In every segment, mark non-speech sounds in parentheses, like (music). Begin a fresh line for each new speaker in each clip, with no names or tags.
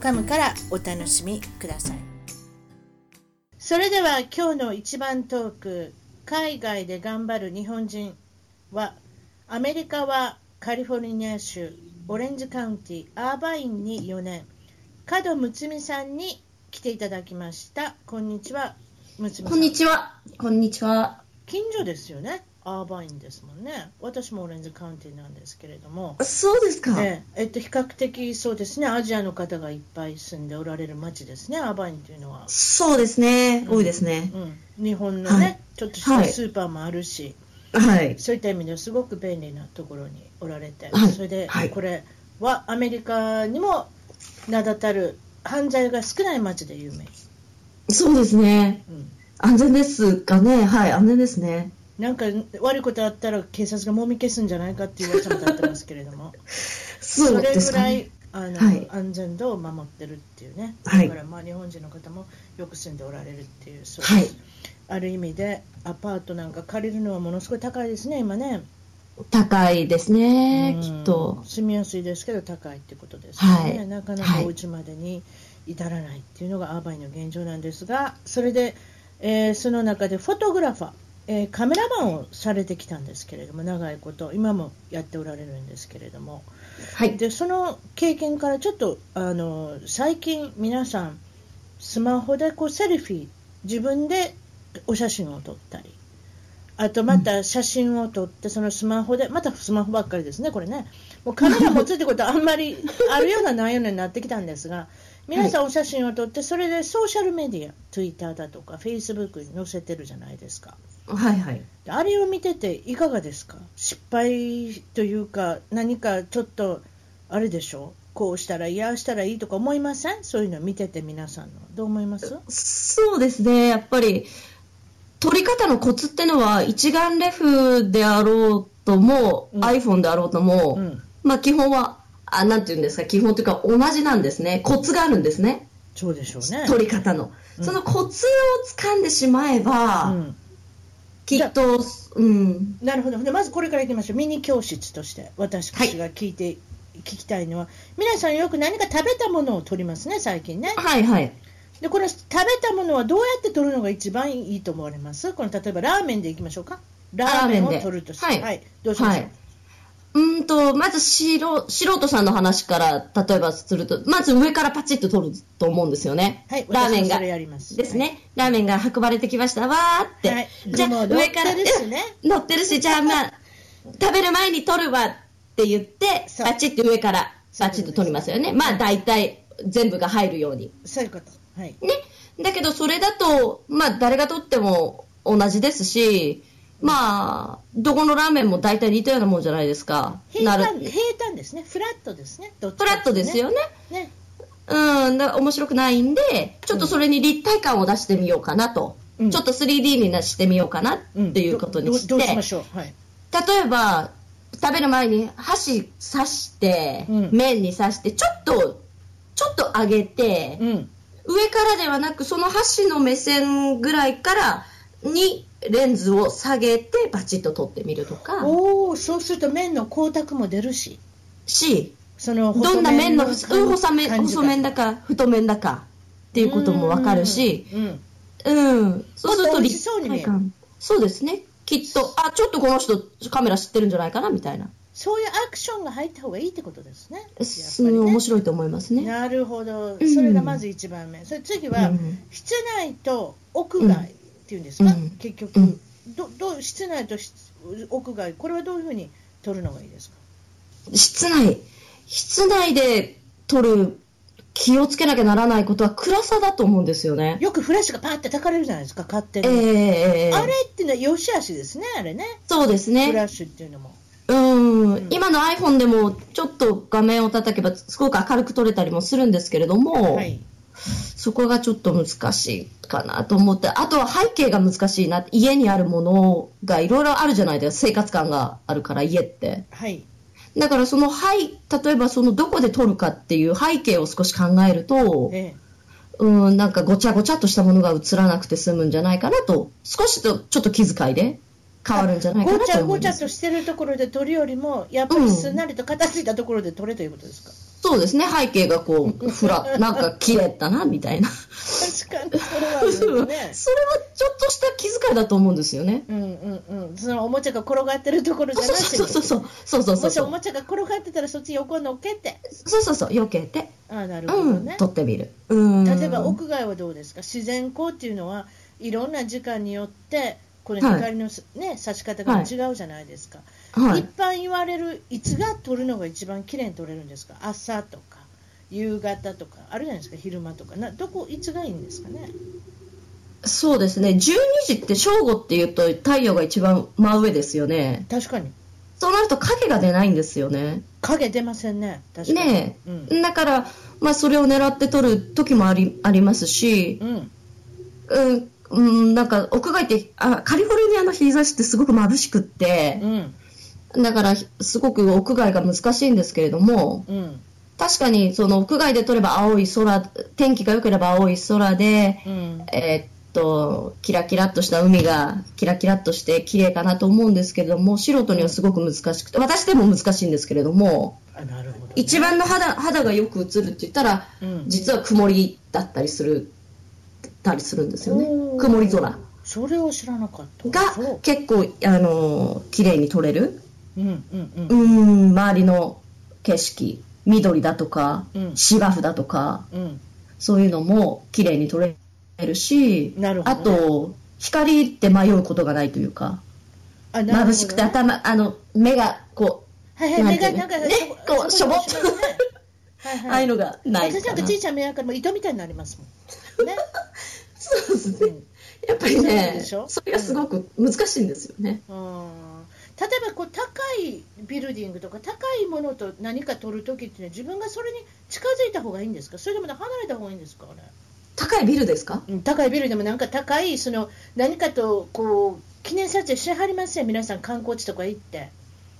.com からお楽しみくださいそれでは今日の一番トーク海外で頑張る日本人はアメリカはカリフォルニア州オレンジカウンティアーバインに4年角睦美さんに来ていただきましたこんにちは睦美
こ
さ
んに
ん
ちは。こんにちは。
近所ですよねアーバインですもんね私もオレンジカウンティなんですけれども
そうですか
えええっと、比較的そうですね、アジアの方がいっぱい住んでおられる町ですね、アーバインというのは。
そうですね。
うん
多いですね。
うん、日本のね、
はい
ちょっとしたスーパーもあるし、
はい。
そういった意味ですごく便利なところにおられて、
はい
それで、
はい
これはアメリカにも名だたる犯罪が少ない町で有名。
そうですね。
うん
安全ですかね。はい、安全ですね。
なんか悪いことあったら警察がもみ消すんじゃないかっていう噂も立ってますけれども
そ
れぐら
ね
いあの、
はい
安全度を守ってるっていうね、
はい
だからまあ日本人の方もよく住んでおられるっていうそうです、
はい。
ある意味でアパートなんか借りるのはものすごい高いですね、今ね。
高いですね。
うん
きっと。
住みやすいですけど高いってことですよね、
はい
なかなか
はい
お家までに至らないっていうのがアーバインの現状なんですがそれで、えーその中でフォトグラファー、えーカメラマンをされてきたんですけれども長いこと今もやっておられるんですけれども
はい。
でその経験からちょっとあの最近皆さんスマホでこうセルフィー自分でお写真を撮ったりあとまた写真を撮ってそのスマホでまたスマホばっかりですねこれねもうカメラ持つってことはあんま
(laughs)
りあるようなないようなになってきたんですが皆さんお写真を撮ってそれでソーシャルメディア Twitter だとか Facebook に載せてるじゃないですか
はいはい。
であれを見てていかがですか失敗というか何かちょっとあれでしょこうしたらいやああしたらいいとか思いませんそういうの見てて皆さんのどう思います
そうですね。やっぱり、撮り方のコツってのは、一眼レフであろうとも、
うん
iPhone であろうとも、
うん
まあ基本は、あ、なんていうんですか、基本というか同じなんですね。コツがあるんですね。
そうでしょうね
取り方の、
うん
そのコツを掴んでしまえば、
うん、
きっと、うん、
なるほどでまずこれからいきましょうミニ教室として私たちが聞いて、聞きたいのは皆さんよく何か食べたものを取りますね最近ね
はいはい、
でこれ食べたものはどうやって取るのが一番いいと思われますこの例えばラーメンでいきましょうかラーメン
ラーメ
を
ンで
取るとして
はい
はい、どうしま
は
しょう、
い。うーんと、まず素人、素人さんの話から、例えばすると、まず上からパチッと取ると思うんですよね。
はい、
ラーメ
私
ン
も
が。
それや
で
ります。
すね、ラーメンが運ばれてきました。わーって。
はい。はい、
じゃあ、
上
上
か
から
ら、ですね。
え乗ってるし、じゃあまあ、食べる前に取るわって言って、
そう
パチッと上から、パチッと取りますよね。まあ、大体、全部が入るように。
そういうこと。はい。
ね、だけどそれだと、まあ、誰がとっても同じですし、まあ、どこのラーメンも大体似たようなもんじゃないですか。
平
る
坦、平坦ですね。フラットですね。どっち
フ
か
ラットです。よね。
ね。
うん、だから面白くないんで、ちょっとそれに立体感を出してみようかなと。
うん
ちょっと 3D になしてみようかなって
ん
いうことにして、
どどうしま
例
しょう。はい。
えば、食べる前に箸刺して、
うん
麺に刺して、ちょっと、ちょっと上げて、
うん。
上からではなくその箸の目線ぐらいからにレンズを下げてバチッと撮ってみるとか
おお、そうすると麺の光沢も出るし、
し
その
どんな麺のうん
細麺
細麺
感じが
細麺だか太麺だかっていうこともわかるし、
うんうん
うん、そうする
もっと
と
美味しそうに見える
立体感そうですねきっとあちょっとこの人カメラ知ってるんじゃないかなみたいな、
そういうアクションが入った方がいいってことですね。やっぱ
す
りね
面白いと思いますね。
なるほど、
ん
それがまず一番目、それ次は、
うん
室内と屋外っていうんですか、
うん
結局、
うん
どどう室内とし屋外、これはどういうふうに取るのがいいですか、
室内室内で撮る気をつけなきゃならないことは暗さだと思うんですよね。
よくフラッシュがパーってたかれるじゃないですか、勝手
ええ
に。
ええええ
あれっていうのは、よしあしですね、あれね、
そうです
フラ
ね。
ッシュっていうのも。
うん、今の iPhone でもちょっと画面を叩けばすごく明るく撮れたりもするんですけれども、
はい。
そこがちょっと難しいかなと思って、あとは背景が難しいな、家にあるものがいろいろあるじゃないですか、生活感があるから家って。
はい。
だからその背、例えばそのどこで撮るかっていう背景を少し考えると
え、え。
うん、なんかごちゃごちゃっとしたものが映らなくて済むんじゃないかなと、少しとちょっと気遣いで変わるんじゃないか
ご
な
ちゃ
と思
ご
い
ち
ま
ゃ
す。
としてるところで取るよりも、やっぱりすんなりと片付いたところで取れということです
(laughs)
か。
そうですね、背景がこう、ふら、なんか綺麗だな、みたいな。
確かに、それはあ
そ
る
れは
よ
(laughs)
ね。 (laughs)
ちょっとした気遣いだと思うんですよね。
うんうんうん。そのおもちゃが転がってるところじゃなくて、
そうそうそうそうそうそ
も
う
し
そ
お
う
もちゃが転がってたらそっち横乗っけて。
そうそうそう避けて、
ああ、なるほど
うん
ね。
撮ってみるうん
例えば屋外はどうですか自然光っていうのはいろんな時間によってこれ
はい
光のす、ね、差し方が違うじゃないですか、
はい
一般言われるいつが撮るのが一番綺麗に撮れるんですか朝とか夕方とかあるじゃないですか昼間とかなどこいつがいいんですかね
そうですね12時って正午っていうと太陽が一番真上ですよね
確かに
そうなると影が出ないんですよね
影出ませんね確かに
ね
う
え、だから、まあ、それを狙って撮る時もありありますし
う、ん
うんうん、なんか屋外ってあカリフォルニアの日差しってすごく眩しくって
う、ん
だからすごく屋外が難しいんですけれども、
うん
確かにその屋外で撮れば青い空天気が良ければ青い空で、
うん
えーっとキラキラっとした海がキラキラっとして綺麗かなと思うんですけれども素人にはすごく難しくて私でも難しいんですけれども
あなるほどね、
一番の肌肌がよく映るって言ったら
うん
実は曇りだったりするたりするんですよ
お
ね
ー
曇り空
それを知らなかったそ
が
う
結構あの綺麗に撮れる
うんうんうん
うーん周りの景色緑だとか
うん
芝生だとか
うん
そういうのも綺麗に撮れるし、
なるほど
あと、光って迷うことがないというか、
あなるほどね
眩しくて頭、あの、目が、こ
はいはい、
な
目
んて
が
いうの
なんか、
ね
そ
こう
そに
しょぼっと
ねはいは
う、
い、(laughs)
ああいうのがない
私なんかちいちゃん目やからもう糸みたいになります (laughs) もん。ね。
そうです
う
ね。
ん
やっぱり
そうなん
ね
でしょ、
それがすごく難しいんですよね。
うん例えばこう高いビルディングとか高いものと何か取るときっていうのは自分がそれに近づいた方がいいんですかそれとも離れた方がいいんですかね
高いビルですか
うん高いビルでもなんか高いその何かとこう記念撮影してはりません皆さん観光地とか行って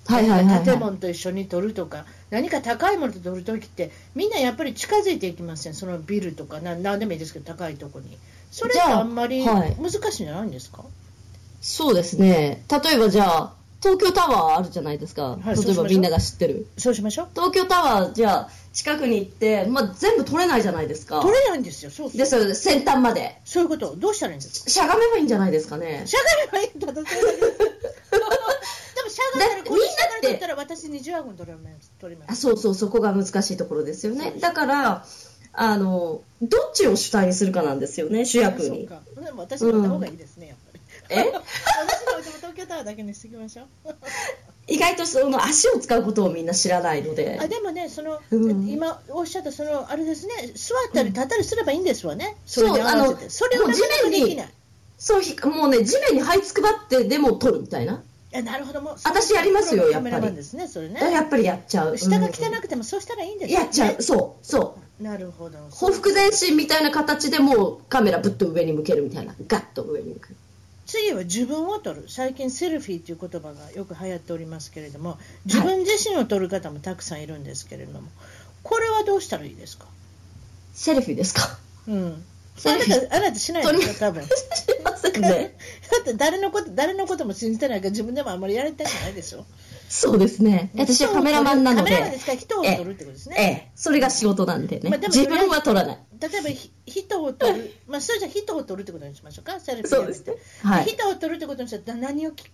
はいはいはい、
建
はい。
物と一緒に撮るとか何か高いものと撮るときってみんなやっぱり近づいていきませんそのビルとかな何でもいいですけど高いとこにそれって
じゃあ
あんまり
はい
難しいんじゃないんですか
そうですね。例えばじゃあ、東京タワーあるじゃないですか。
はいそうしま
例え
しょ
ば
う
みんなが知ってる。
そうしましょう
東京タワー、じゃあ、近くに行って、まあ、全部取れないじゃないですか。
取れないんですよそうそう
ですよね、先端まで。
そういうことどうしたらいいんですか
しゃがめばいいんじゃないですかね。
しゃがればいいんだとそれだけですでもしゃがんだらこっち下から撮ったら私20アゴン撮れます撮れま
あ
す
そうそう、そこが難しいところですよね。だから、あの、どっちを主体にするかなんですよね、主役
そう
に。
かでも私のった方がいいですねやっぱ
(laughs)
り
え
私のでも東京タワーだけにしてきましょう
意外とその足を使うことをみんな知らないので
あ。でもね、その、
うん
今おっしゃったそのあれですね、座ったり立ったりすればいいんですわね。
そう
れに合わせ
あ
て
の
それをなかなかできない。
そうひ、もうね、地面に這いつくばってでも取るみたいな。
えなるほどもう。
私やりますよ
それ
やっぱり
カメラマンですね、それ
や
ね。
っぱりやっちゃう。
下が
うん
汚くてもそうしたらいいんですよ、
や
ね。
っちゃう。そう、そう。
なるほど。
報復前進みたいな形でもうカメラぶっと上に向けるみたいな。ガッと上に向ける。
次は自分を撮る。最近セルフィーという言葉がよく流行っておりますけれども、自分自身を撮る方もたくさんいるんですけれども、これはどうしたらいいですか。
セルフィーですか
うん。あ
セル
な
フィー
たあなたしないですか多分。
(laughs) 知りませんね。
(laughs) だって誰のこと誰のことも信じてないから自分でもあんまりやりたくないでしょ。
そうですね。私はカメラマンなの
カメラマンで
で。
すから人を撮るってことです
え
ね。
え、それが仕事なんでね。
まあでも
自分は撮らない。
例えばひ人を撮る、まあそれじゃ人を撮るってことにしましょうか。セルフィー
そうですね
やめて。
はい。
人を撮るってことにしたら何をき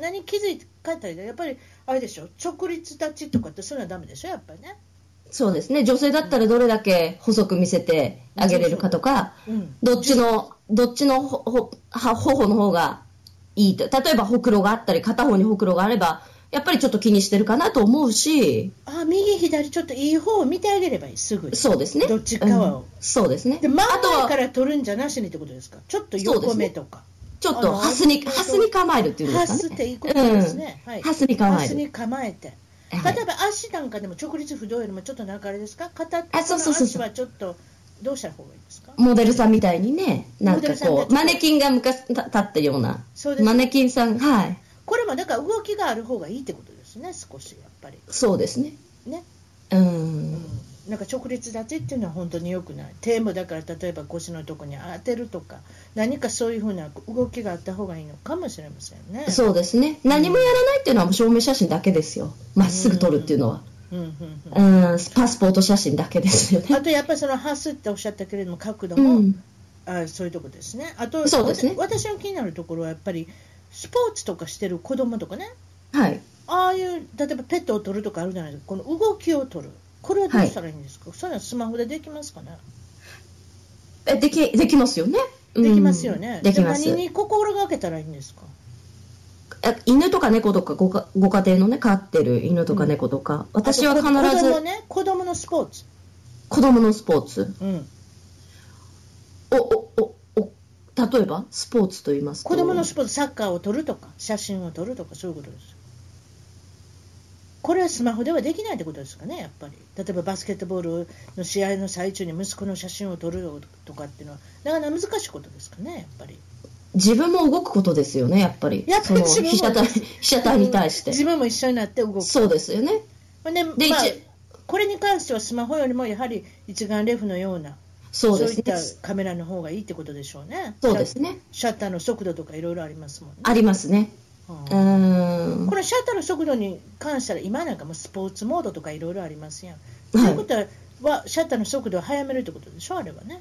何気づいて帰ったりだやっぱりあれでしょ。直立立ちとかってそういうのはダメでしょやっぱりね。
そうですね。女性だったらどれだけ細く見せてあげれるかとか、
うん。
どっちの、どっちのほほは頬の方がいいと。例えば、ほくろがあったり、片方にほくろがあれば、やっぱりちょっと気にしてるかなと思うし、
あ右左ちょっといい方を見てあげればいいすぐに。
そうですね。
どっちかは
うんそうですね。
で真ん
あと
前か
は、
ら撮るんじゃなしにってことですか。ちょっと横目とか。
ちょっと
あの
ハスに、ハスに構えるっていうんで
ハ
す
ス
か
っ
ね。
ていいことですね。はい。
ハスに構
ハ
え
ス
る。
に構えて。
はい
例えば足なんかでも直立不動よりもちょっとなんかあれですか片手の
あそうそうそう
足
そう
はちょっとどうした方がいいですか
モデルさんみたいにね、なんか
モデルさんみたい
こう、
に
マネキンが昔た立ってるような。
そうです
マネキンさん、はい。
これもだから動きがある方がいいってことですね少しやっぱり
そうですね。
ね、
う
うん
ん。
なんか直立立ちっていうのは本当に良くない手もだから例えば腰のとこに当てるとか何かそういうふうな動きがあった方がいいのかもしれませんね
そうですね。何もやらないっていうのはもう証明写真だけですよ。まっすぐ撮るっていうのは。
うんうんうん
うん、パスポート写真だけですよね。
あとやっぱりそのハスっておっしゃったけれども角度
う
も、
ん。
あそういうとこですねあと
そうですね
わた私の気になるところはやっぱりスポーツとかしてる子供とかね
はい。
ああいう例えばペットを取るとかあるじゃないですかこの動きを取るこれはどうしたらいいんですか、そういうのはスマホでできますかね
え、でき、できますよね。うん
できますよね。
できます
じゃあ。何に心がけたらいいんですか。
え犬とか猫とかごかご家庭のね、飼ってる犬とか猫とか。私は必
あと子供
ず
ね、子供のスポーツ。
子供のスポーツ。
うん。
お、お、お、お、例えばスポーツと言いますと。
子供のスポーツ、サッカーを撮るとか、写真を撮るとか、そういうことです。これはスマホではできないってことですかね、やっぱり。例えばバスケットボールの試合の最中に息子の写真を撮るとかっていうのは、なかなか難しいことですかね、やっぱり。
自分も動くことですよね、やっぱり。
やっぱり
その
自分も (laughs)
被写体、被写体に対して。
自分も一緒になって動く。
そうですよね。
ほんで、まあ
で、一、
これに関してはスマホよりもやはり一眼レフのような、
そうで
いった
すね。
カメラの方がいいってことでしょうね。
そうですね。
シャッターの速度とかいろいろありますもんね。
ありますね。う
うん
ーん
こ。れシャッターの速度に関しては今なんかもうスポーツモードとかいろいろありますやん。と、い、うことはシャッターの速度を速めるってことでしょあれはね。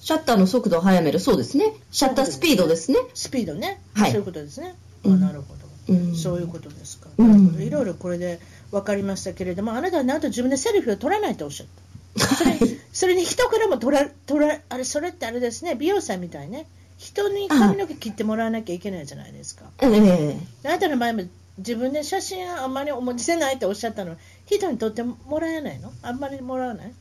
シャッターの速度を速める。そうですね。シャッタースピードですね。
スピードね。
はい
そういうことですね。
うん
あなるほど。
うん。
そういうことですか。
うん
なるほどいろいろこれで分かりましたけれども、あなたはなんと自分でセルフィーを撮らないとおっしゃった。それそれに人からも撮ら撮らあれそれってあれですね美容師さんみたいね人に髪の毛切ってもらわなきゃいけないじゃないですか。
ええ
あなたの前も自分で写真あんまりお持ちせないっておっしゃったのに人に撮ってもらえないのあんまりもらわない、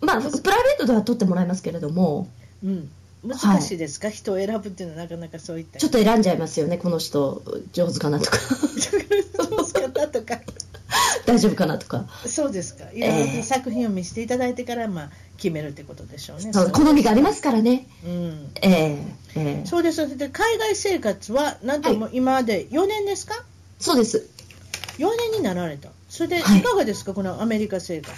まあ、プライベートでは撮ってもらいますけれども、
うん、難しいですか、人を選ぶっていうのはなかなかそういった
ちょっと選んじゃいますよね、この人、上手かなとか、
(laughs)
(laughs)
そうしかったとか
大丈夫かなとか、
そうですかいろいろと作品を見せていただいてから、まあ、決めるってことでしょうね
そう好みがありますからね、
うん、
ええええ
そうですで海外生活はなんともう今まで4年ですか、
そうです、
4年になられたそれでい
はい
かがですか、このアメリカ生活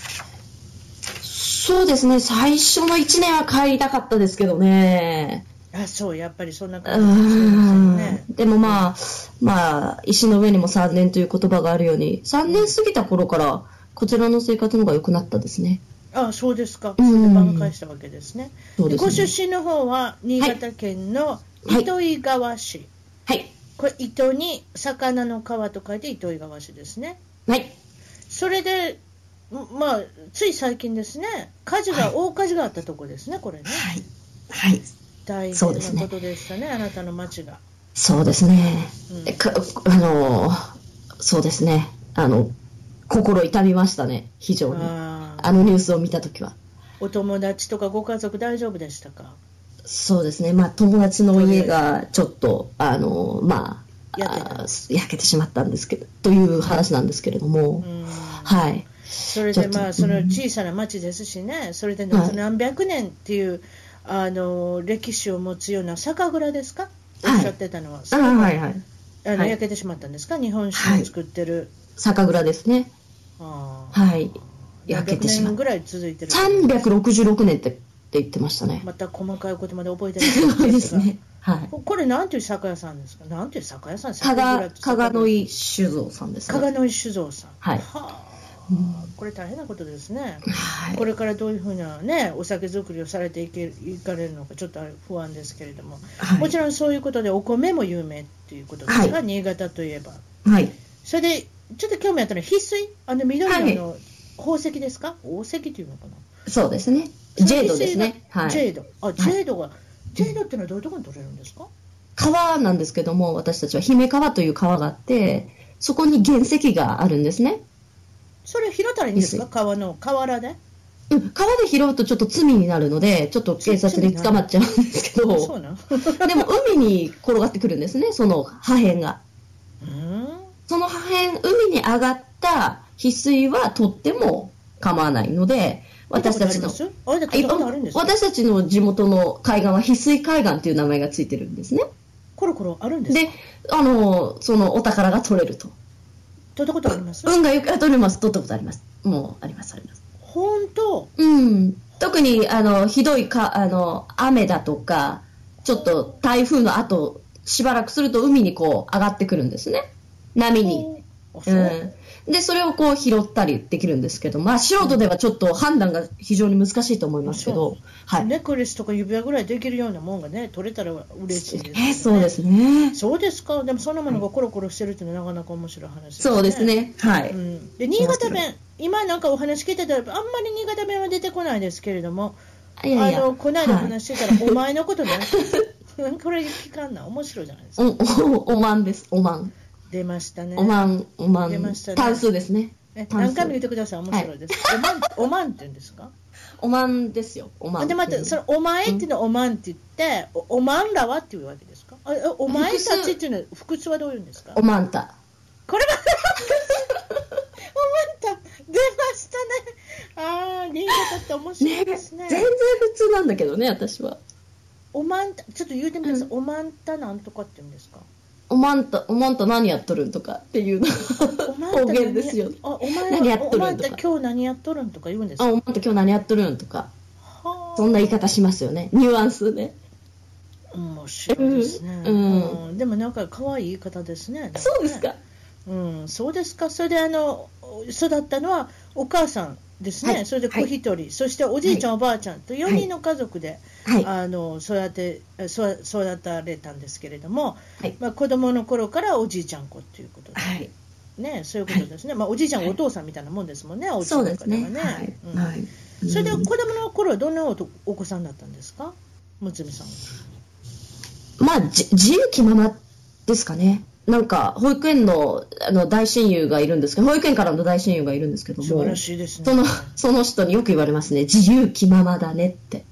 そうですね、最初の1年は帰りたかったですけどね、
あそうやっぱりそんな
う
感じですよね
ーん、でもまあ、まあ、石の上にも3年という言葉があるように、3年過ぎた頃から、こちらの生活の方が良くなったですね。
あそうですか、
うん
それで挽回したわけですね。
そうですね
ご出身の方は新潟県の
い
糸魚川市、
はい、
これ、糸に魚の川と書いて糸魚川市ですね。
はい、
それで、んまあ、つい最近ですね、火事が、
はい
大火事があったとこですね、これね、
はい、はい、
大
そ
変
うですね
なことでしたね、あなたの町が。
そうですね。
うん
かあのそうですねあの心痛みましたね非常にあ
あー
のニュースを見た時は
お友達とかご家族、大丈夫でしたか、
そうですねまあ友達の家がちょっとあのまあ
焼けた
あー焼けてしまったんですけどという話なんですけれども、
うん
はい
それ
ちょ
で
っと
まあその小さな町ですしね、それで
はい
何百年っていう、あの歴史を持つような酒蔵ですか、お
はい
っしゃってたのは、
あ
あの
はいはいはい
焼けてしまったんですか、日本酒を作ってる、
酒蔵ですね
あー
はい
何
焼
百
けてしま
年
った
ぐらい続いてる、
366年ってって言ってましたね、
また細かいことまで覚えて
そ
な
う
いで
で
すすが、
ねはい
ここれ、なんていう酒屋さんですか、なんていう酒屋さん、
加賀加賀の
井
井酒造さんです
加
ね
賀の井酒造さん、
はい
あ
うん
これ大変なことですね。
はい
これからどういうふうな、ね、お酒作りをされていけいかれるのかちょっと不安ですけれども、
はい
もちろんそういうことでお米も有名ということですが、
は
新潟といえば
はい
それでちょっと興味あったのは翡翠あの緑色の宝石ですか、宝石というのかな
そうですね。ジェードですね。は
ジェ
い。
ードあジェードが、ジェードっていうのはどういうところに取れるんですか
川なんですけども、私たちは姫川という川があって、そこに原石があるんですね。
それ拾ったらいいんですか
翡
川の河原で
うん、川で拾うとちょっと罪になるので、ちょっと警察に捕まっちゃうんですけ
あ
ど
そう、
(laughs)
なんう
でも海に転がってくるんですね、その破片が。
ーん
その破片、海に上がった翡翠は取っても構わないので、私たちの
見。たことありますあれだ聞いたことあるんですか
私たちの地元の海岸は翡翠海岸という名前がついてるんですね。
コロコロあるんですか
で、あの、そのお宝が取れると。
取ったことあります、
運がよくあ取れます。取ったことあります。もう、あります、あります。
本当
うん。特に、あの、ひどいか、あの、雨だとか、ちょっと台風の後、しばらくすると海にこう上がってくるんですね。波に。
あそうう、
ん。で、それをこう拾ったりできるんですけど、まあ素人ではちょっと判断が非常に難しいと思いますけど、はい。
ネックレスとか指輪ぐらいできるようなもんがね取れたら嬉しいです、
えそうですね。
そうですかでもそんなものがコロコロしてるっていうのはなかなか面白い話です、
そうですね。は
う
い。
ん、で新潟弁今なんかお話聞いてたらあんまり新潟弁は出てこないですけれども
いやい
あ
や。
のこないだお
はい
話してたら、お前のことね (laughs) これ聞かんな面白いじゃないですか
お、お、おまんです。おまん。
出ましたね
おまん、おま
出
ん。
ましたね
単数ですね。
え
単
何
数
回も言ってください面白いです、おまんおまんって言うんですか
おまんですよ。おまん。
でまたそのお前っていうのはおまんって言って、おおまんらはっていうわけですかあえお前たちっていうのは複数はどういうんですかお
おまんた。
これは (laughs) おまんた出ましたねああ新潟って面白いですね
全然普通なんだけどね、私は。
おまんたちょっと言うてみてください、おまんたなんとかって言うんですか
おまんた、おまんた何やっとるんとかっていうの
おまんた
方
何
言ですよ。
あお前
何やっとるん
おまんた
とか
今日何やっとるんとか言うんです
あ、
か
おまんた今日何やっとるんとか。
はー
そんな言い方しますよね。ニュアンスね。
面白いですね、
うん
でもなんか可愛い言い方ですねなんね
そうですか。
うん、そうですか、それであの育ったのはお母さんですね、
はい
それで子一人、そしておじいちゃん、おばあちゃんと4人の家族で、
はい。
あの育てえ育育たれたんですけれども、
はい
まあ、子供の頃からおじいちゃん子ということで、
はい。
ね、そういうことですね、まあ、おじいちゃんがお父さんみたいなもんですもんね、お家
そ
の
う
中
ですね。
は
はい
うん。
はい。
それで
う
子
ん
供の頃はどんなおとお子さんだったんですか、睦美さんは。
まあ、じ自由気ままですかね。なんか、保育園のあの大親友がいるんですけど、保育園からの大親友がいるんですけど
素
も
晴ら、しいですね。
その、その人によく言われますね。自由気ままだねって。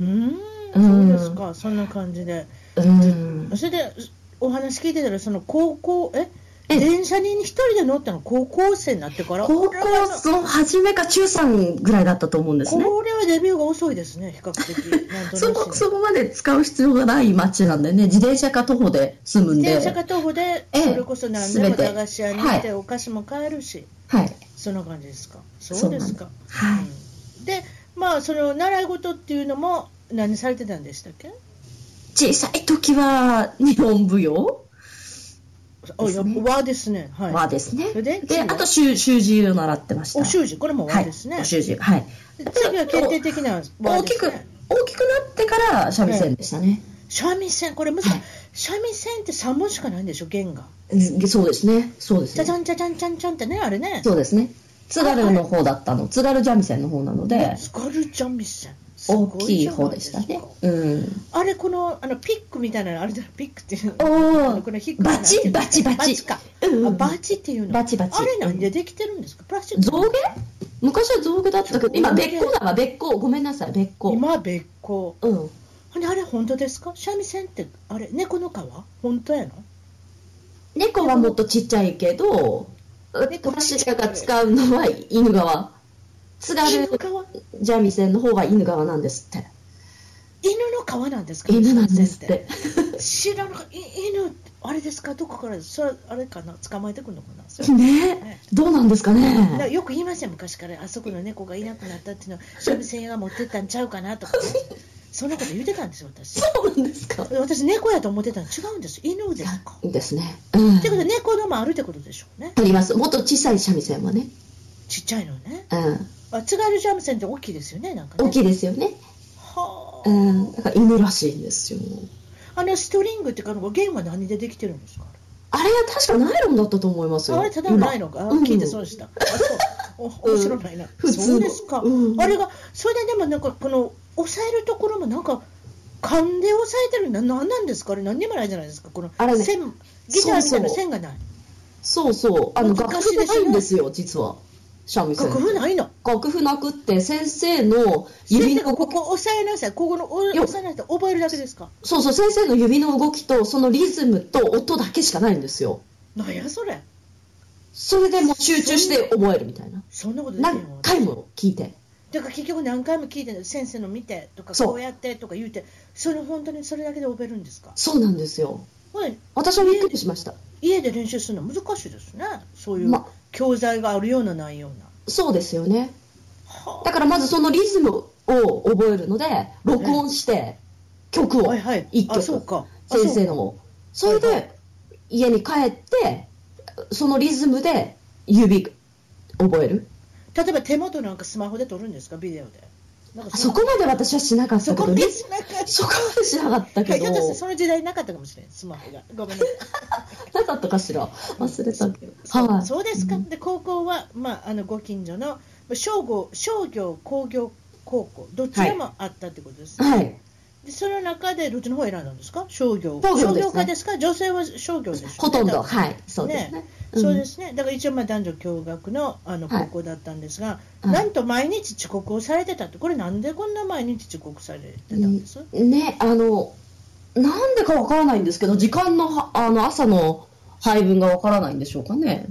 うーん、そうですか、そんな感じで。
うん。
それでお話聞いてたらその高校え
ええ
電車に一人で乗ったの高校生になってから
高
これは
校の初めか中3ぐらいだったと思うんですね。
これはデビューが遅いですね比較的なんと
そ
な
こ、
く
そこまで使う必要がない街なんでね、自転車か徒歩で住むんで。
電車か徒歩で
ええ
それこそ何でも
全て
駄菓子屋に行って
は
お菓子も買えるし、
はい。
そんな感じですかそうですか
そうなんで
うんでまあその習い事っていうのも何されてたんでしたっけ
小さい時は日本舞踊
あ
ですね
や和ですねはい、
はですね。
それで
で、あと習、習字を習ってました。
お習字これも
は
和
い。
ですね、
お習字。はい。
で次は決定的な和
大
で
き
す
く
ね、
大きくなってから三味線でしたね。
三味線これ難しい三味線って三本しかないんでしょ弦が
うんそうですね。そうです
じゃじゃ
ね。
んじゃじゃんじゃんじゃんってねあれね
そうですね。津軽の方だったの。津軽三味線の方なので、
スカル三味線す
大
ご
きい
じゃな
方
で
ですした
か
ね。うん。
あれこのあのピックみたいなのあれだピックっていう
おー
これ引
バチバチバチ
バチか、
うんうん
あバチっていうの
バチバチ
あれなんでできてるんですかプラスチック
象牙昔は象牙だったけ
象
ど、
牙
今、べっこだわ、べっこ。ごめんなさい、べっこ。
今は別個
うん。
ほんであれ本当ですか三味線ってあれ猫の皮本当やの
猫はもっとちっちゃいけど、
猫
私らが使うのは犬川。津
犬
軽
の皮
三味線の方は犬川なんですって。
犬の皮なんですか
犬なんですって。
知らなかい犬あれですかどこからそれあれかな捕まえてくるのかなそれ
ねどうなんですか
だから
ね。
よく言いません昔からあそこの猫がいなくなったっていうのは三味線屋が持ってったんちゃうかな
(laughs)
とか、ね、そんなこと言ってたんですよ私
そうなんですか。
私猫やと思ってたの違うんです犬ですか
いいですね。うん
ってことで猫のもあるってことでしょうね
あります。もっと小さい三味線はね。
ちっちゃいのね
うん。
あ津軽三味線って大きいですよねなんかね
大きいですよね。
はあ、
うん。だから犬らしいんですよ。
あのストリングっていうかあの弦は何でできてるんですか
あれは確かナイロンだったと思いますよ。
あれただのないのか、あ
今
聞いて
う
そ
ん
うでした。あそうお面白いな、
普通の
そうですか、
うん
あれが、それででもなんか、この押さえるところもなんか、勘で押さえてるな、なんなんですか、あれ、何にもないじゃないですか、この
あれね
線、ギターみたい
そうそ
な
う
線がない、
そうそう。あの、楽
難しい
譜
で
ですな
ね
いんですよ、実は。三味線。
楽譜ないの
楽譜なくって、先生の指
先生
の
が
動
こ
き、
こ押さえなさい、ここのお
よ
押さえなさい、覚えるだけですか
そうそう、先生の指の動きと、そのリズムと音だけしかないんですよ。
なんやそれ、
それでもう集中して覚えるみたいな。
そんなことできる
何
の
回も聞いて。
だから結局何回も聞いてる先生の見てとか
そう
こうやってとか言うてそれ本当にそれだけで覚えるんですか
そうなんですよ。
これ
私はびっくりしました。
家で練習するの難しいですねそういう
ま
教材があるようなないような、
そうですよね。
は
だからまずそのリズムを覚えるので、録音して、曲
あ
を
はいはい
一
あそう
曲、
かあ
先生
そう
のを。それで、家に帰って、そのリズムで指覚える。
か例えば手元なんかスマホで撮るんですかビデオでなんか
そこまで私はしなかった
そ
け
こ
ど、
見
リ
せなかった
そこまでしなかったけ
ひょ
ど
っ、としてその時代なかったかもしれないスマホがごめんなさい
なかったかしら忘れたけ
そう
ど。はい。
そうですか、
ん
で高校は、まあ、あのご近所の商業商業工業高校どちらもあったってことです、ね
はい。
でその中でどっちの方を選んだんですか商業
商業ですね
商業科ですか女性は商業でしょ
ほとんど、
ね
はい。そうですね。うん
そうですねだから一応まあ男女共学のあの
は
高
い
校だったんですが、
はい
なんと毎日遅刻をされてたってこれなんでこんな毎日遅刻されてたんです、
ね、あの、なんでかわからないんですけど、時間のは、あの、朝の配分がわからないんでしょうか
(laughs)
ね。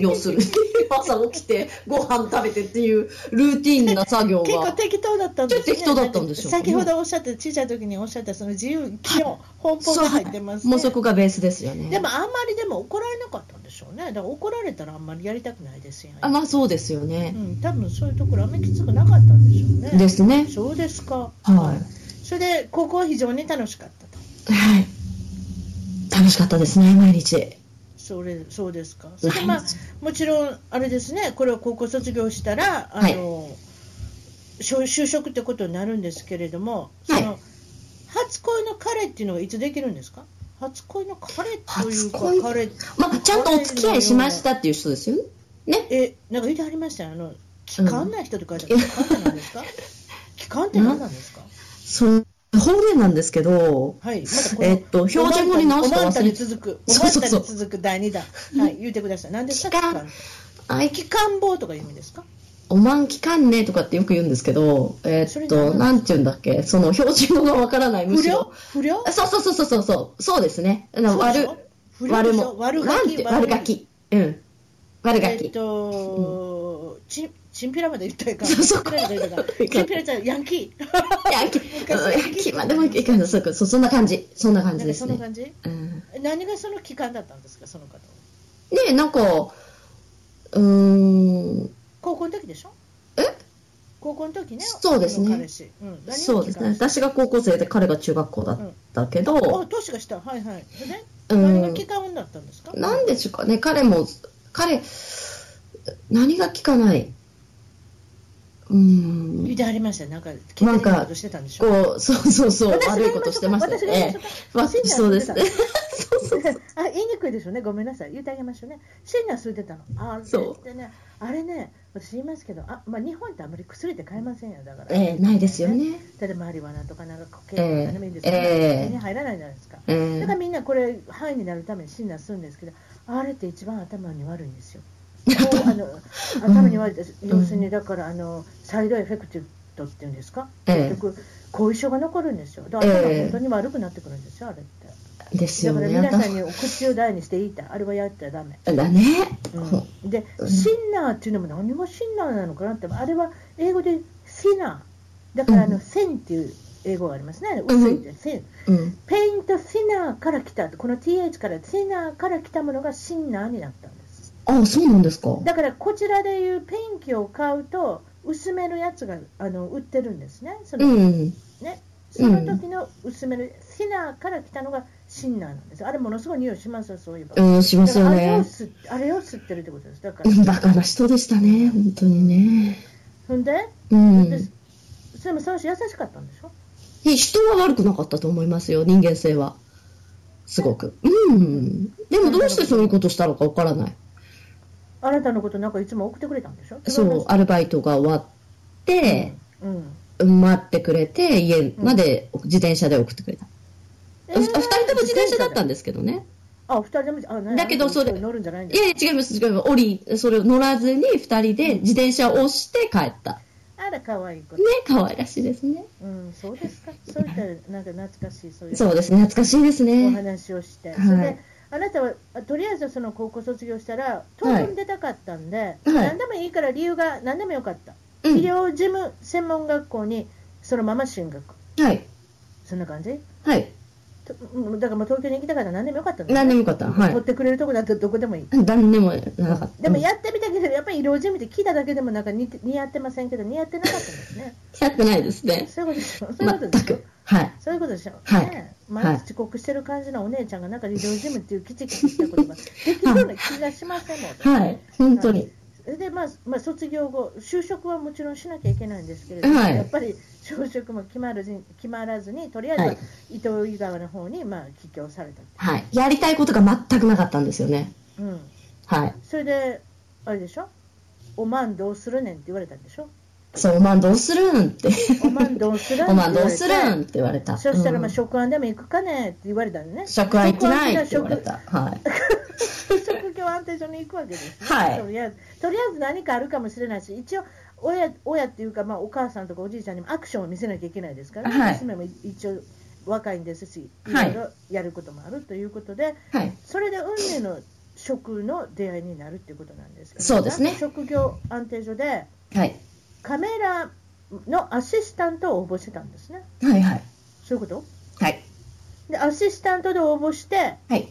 要するに、 (laughs) 朝起きて、ご飯食べてっていうルーティンな作業
結構
が。
適当だったんですね
ちょっと適当だったんでしょうね
先ほどおっしゃった小さい時におっしゃったその自由気を奔放
そう
が入ってますね
もうそこがベースですよね。
でもあんまりでも怒られなかったんでしょうね。だから怒られたらあんまりやりたくないですよね。
あ、まあそうですよね
う。ん、多分そういうところあんまりきつくなかったんでしょうね。
ですね。
そうですか。
は
それで高校は非常に楽しかったと。
い。はい。楽しかったですね、毎日。
それそうですか。それで
はい
まあもちろんあれですね。これを高校卒業したらあの、しょ就職ってことになるんですけれども、その、
は
初恋の彼っていうのがいつできるんですか。初恋の彼というか
初恋
彼
まあ、ちゃんとお付き合いしましたっていう人ですよね。
え、なんか言ってありましたよ。あの、期間ない人って書いてある。期間って何ですか。期間って何なんですか。
そう、方言なんですけど、
はい、まだこの
えっと、標準語に直した
お
ら
まん
忘
た
れ
に
て、
続く。お
そう
まん
そう
たに
そう
続く第二弾。はい、言ってください。何ですか。
期間
期間
あい
期間棒とか言うんですか。
おまんきかんねとかってよく言うんですけど、え
そ
ー
れ
っと、
な
なんて言うんだっけ、その標準語がわからない、む
不
し
良
ろ。。
不良。
あそうそうそうそうそうそう、そうですね。あの
そうでし
悪
ょ、不良
悪
でし
も、
ょ悪ガ
なん
キ
て、悪ガ。キ。うん。悪ガ
えっ
キ。
と、ち、チンピラまで言ったらいかん。
そう
チ
そ
ン
う
ピラまで言ったらいかん。チンピラじゃない、ヤンキー。 (laughs)
ヤンキー、ヤンキーまでもいかんそうかそうそんな感じ。そんな感
な
じ
んか
で
そ
す
んな
ね。
感じ。
うん
何がその期間だったんですか。その方は。
ねなんか、うーん、
高校の時でしょ
え
高校の時ね
そうですね
あの彼氏うん、何
そうですね。私が高校生で彼が中学校だったけ
あ
ど、
年が下はいはいでね
うん
何が期間だったんですか
なんでしょうかね、彼も、彼、何が聞かない。うー
言っ
ん。
てありましたよなんか
なんか
決定的ことしてたんでしょ
こう、そうそうそう、
私が
悪
言いましょう
い
か
ことしてました
私が言いま
ね
しょうか。
まあ
シニア
そうですね。 (laughs)
(laughs) あ言いにくいでしょうねごめんなさい言ってあげましょうねシニア吸ってたのあ
そう
でねあれね私言いますけどあ、まあ、日本ってあんまり薬って買えませんよだから
えーないですよね。
ただマリワナとかなんかコケと
え
か
え
何でもいいんですけど、
ええ
手に入らないじゃないですか
え
だから
ー、
みんなこれ範囲になるために診断するんですけどあれって一番頭に悪いんです
(laughs)
よこうあの頭に悪いです、
うん
要するにだからあのサイドエフェクティブっていうんですか、
ええ
結局後遺症が残るんですよだから頭が本当に悪くなってくるんですよあれって
です
だ
よ
から
ね。
皆さんにお口を大にして言いたいあれはやっちゃダメ
だね。
うん、で、シンナーっていうのも何もシンナーなのかなって、あれは英語でシナー、だからあ
う
の、
ん
線っていう英語がありますね、
うん
薄いって、線、
うん。
ペイントシナーから来た、この th から、シナーから来たものがシンナーになったんです。
あ、そうなんですか。
だからこちらでいうペインキを買うと、薄めのやつがあの売ってるんですね、そうの,、
ん。
ねその時の薄めの、シナーから来たのがシンナーなんです。あれ、ものすごい匂いしますよ、そういえば。
うん、しますよ
だからあれを
ね。
吸っあれを吸ってるってことです。だか
うん
ら、
バカな人でしたね、本当にね。
ほんで、
うん。
でそれもその人優しかったんでしょ
え人は悪くなかったと思いますよ、人間性は。すごく。うん。でもどうしてそういうことしたのかわからない。
あなたのことなんかいつも送ってくれたんでしょ
そう、アルバイトが終わって、
う、うん
待ってくれて、家まで自転車で送ってくれた。
え
二、人とも自転車だった
で
んですけどね。
あ、二人でも、あ、な
だけどそれ
乗るんじゃないんだ
い。やいや違います違います降りそれを乗らずに2人で自転車を押して帰った
あら、可愛い子
ね。可愛らしいですね
うん、そうですか。そういった、なんか懐かしい、そういう。
そうですね懐かしいです
お
ね
話をして、
はい
それであなたはあとりあえずその高校卒業したら東京に出たかったんで、何でもいいから理由が何でもよかった、
う
医
ん
療事務専門学校にそのまま進学
はい
そんな感じ
はい
とうんだからもう東京に行きたかったら何でもよかったんだね
何でもよかったは
取っ
い
てくれるとこだったらどこでもいい
何でもなかった
でもやってみたけど、やっぱり医療事務って聞いただけでもなんか似て似合ってませんけど、似合ってなかったんです
(laughs)
ね。
やってないですね
そういうことでしょ。そういうこと
全
でしょ
く。はい
そういうことでしょ。
はい
ねえ、毎日遅刻してる感じのお姉ちゃんがなんか医療事務っていうきちきちしたことができそうな気がしませんもんね。
はい本当に
それ
(laughs)
で、まあまあ、卒業後、就職はもちろんしなきゃいけないんですけれども、
はい
やっぱり就職も決まらずに、決まらずにとりあえずは
はい
糸魚川の方にまあ帰郷された、
はいやりたいことが全くなかったんですよね
うん、
はい
それで、あれでしょ、おまんどうするねんって言われたんでしょ、
そうおまんどうするんって
おまんどうするんって言わ
(laughs) おま
れ
ん
て
どうするんって言われた
そしたら、ま
う
あ、
ん
職安でも行くかねって言われたのね、
職は行きないって言
職
わ
安行き
れ
な
たはい
い職職業安定所に行くわけです、ね
はい
とりあえず、とりあえず何かあるかもしれないし、一応、親親っていうか、まあ、お母さんとかおじいちゃんにもアクションを見せなきゃいけないですからね、
はい
娘も一応若いんですし、いろ
はい
いろやることもあるということで、
はい
それで運命の職の出会いになるっていうことなんですけど、
そうです
な
ね
んか職業安定所で
はい
カメラのアシスタントを応募してたんですね、
はいはい
そういうこと
はい
でアシスタントで応募して、
はい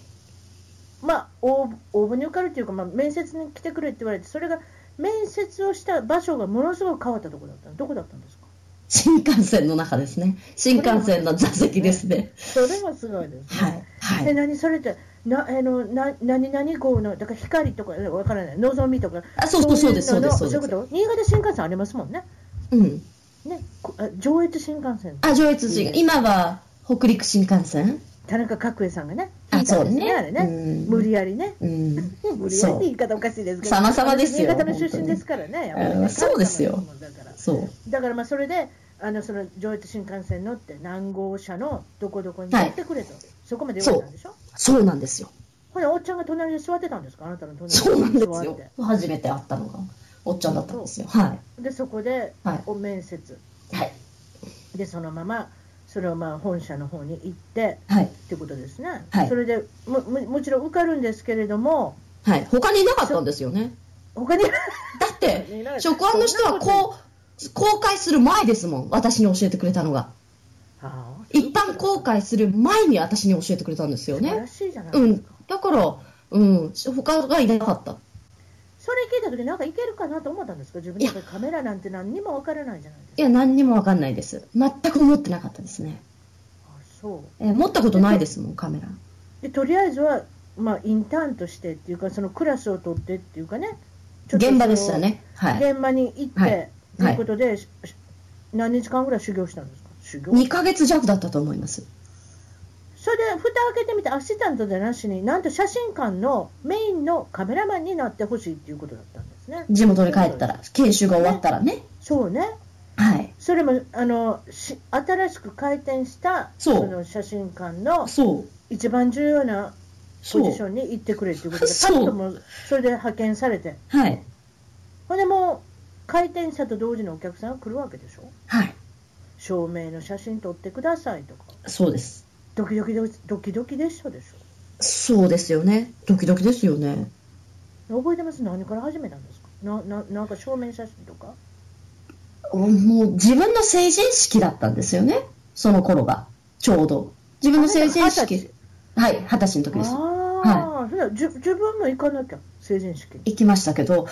まあ、応募応募に受かるというか、まあ、面接に来てくれって言われて、それが面接をした場所がものすごく変わったところだったの、どこだったんですか
新幹線の中ですね新幹線の座席ですね
それもすごいです
はい
ね。
は
え
い
何それってなあのな何々号のだから光とかえわからないのぞみとか
あそうそうそうです
いのの
そうですそうです
いうこと新潟新幹線ありますもんね
うん
ねこあ上越新幹線
あ上越新今は北陸新幹線
田中角栄さんがね
あそうね
引いたんですあれね
うん
無理やりね
うん
無理やりって言い方おかしいですけど
そう様々です
新
よ
潟の出身ですからねやっぱり
あ
ね
ーそうですよ
神様ですもんだから
そう
だからまあそれであのその上越新幹線乗って南郷車のどこどこに乗ってくれと、そこまで言われたんでしょ
そうなんですよ
ほらおっちゃんが隣に座ってたんですかあなたの隣に座って
そうなんですよ初めて会ったのがおっちゃんだったんですよは
でそこで
はい
お面接
いはい
でそのままそれをまあ本社の方に行って
はい
ってことですね、
はい
それでもももちろん受かるんですけれども
はい他にいなかったんですよね
他
(laughs)
に
だって職安の人はこう公開する前ですもん私に教えてくれたのが
ああ
一般公開する前に私に教えてくれたんですよ
素晴
ね
らしいじゃないですか、
うんだからうん他がいなかった
それ聞いた時なんかいけるかなと思ったんですか自分の中でカメラなんて何にもわからないじゃないですか
いや何にも分かんないです全く思ってなかったですね、
あそう
えー持ったことないですもんカメラ
でとりあえずは、まあ、インターンとしてっていうかそのクラスを取ってっていうかねちょっとその
現場でしたねはい
現場に行って、
はい
い、ということで、しし何日間ぐらい修行したんですか修行
2ヶ月弱だったと思います
それで蓋開けてみてアシスタントじゃなしになんと写真館のメインのカメラマンになってほしいっていうことだったんですね
地元に帰ったら研修が終わったらね
そうね
はい
それもあのし新しく開店した
そう
の写真館の
そう
一番重要なポ
そ
ジショ
う
ンに行ってくれっていうことで
そう
パッともうそれで派遣されて
はい
ほんでもう開店したと同時にお客さんが来るわけでしょ
はい
照明の写真撮ってくださいとか
そうです
ドキドキでドキドキでしたでし
そうですよねドキドキですよね
ょ覚えてます何から始めたんですかなななんか照明写真とか
もう自分の成人式だったんですよねその頃がちょうど自分の成人
二十
式はい二十歳の時です
ああ、それはじゅ自分も行かなきゃ成人式に
行きましたけど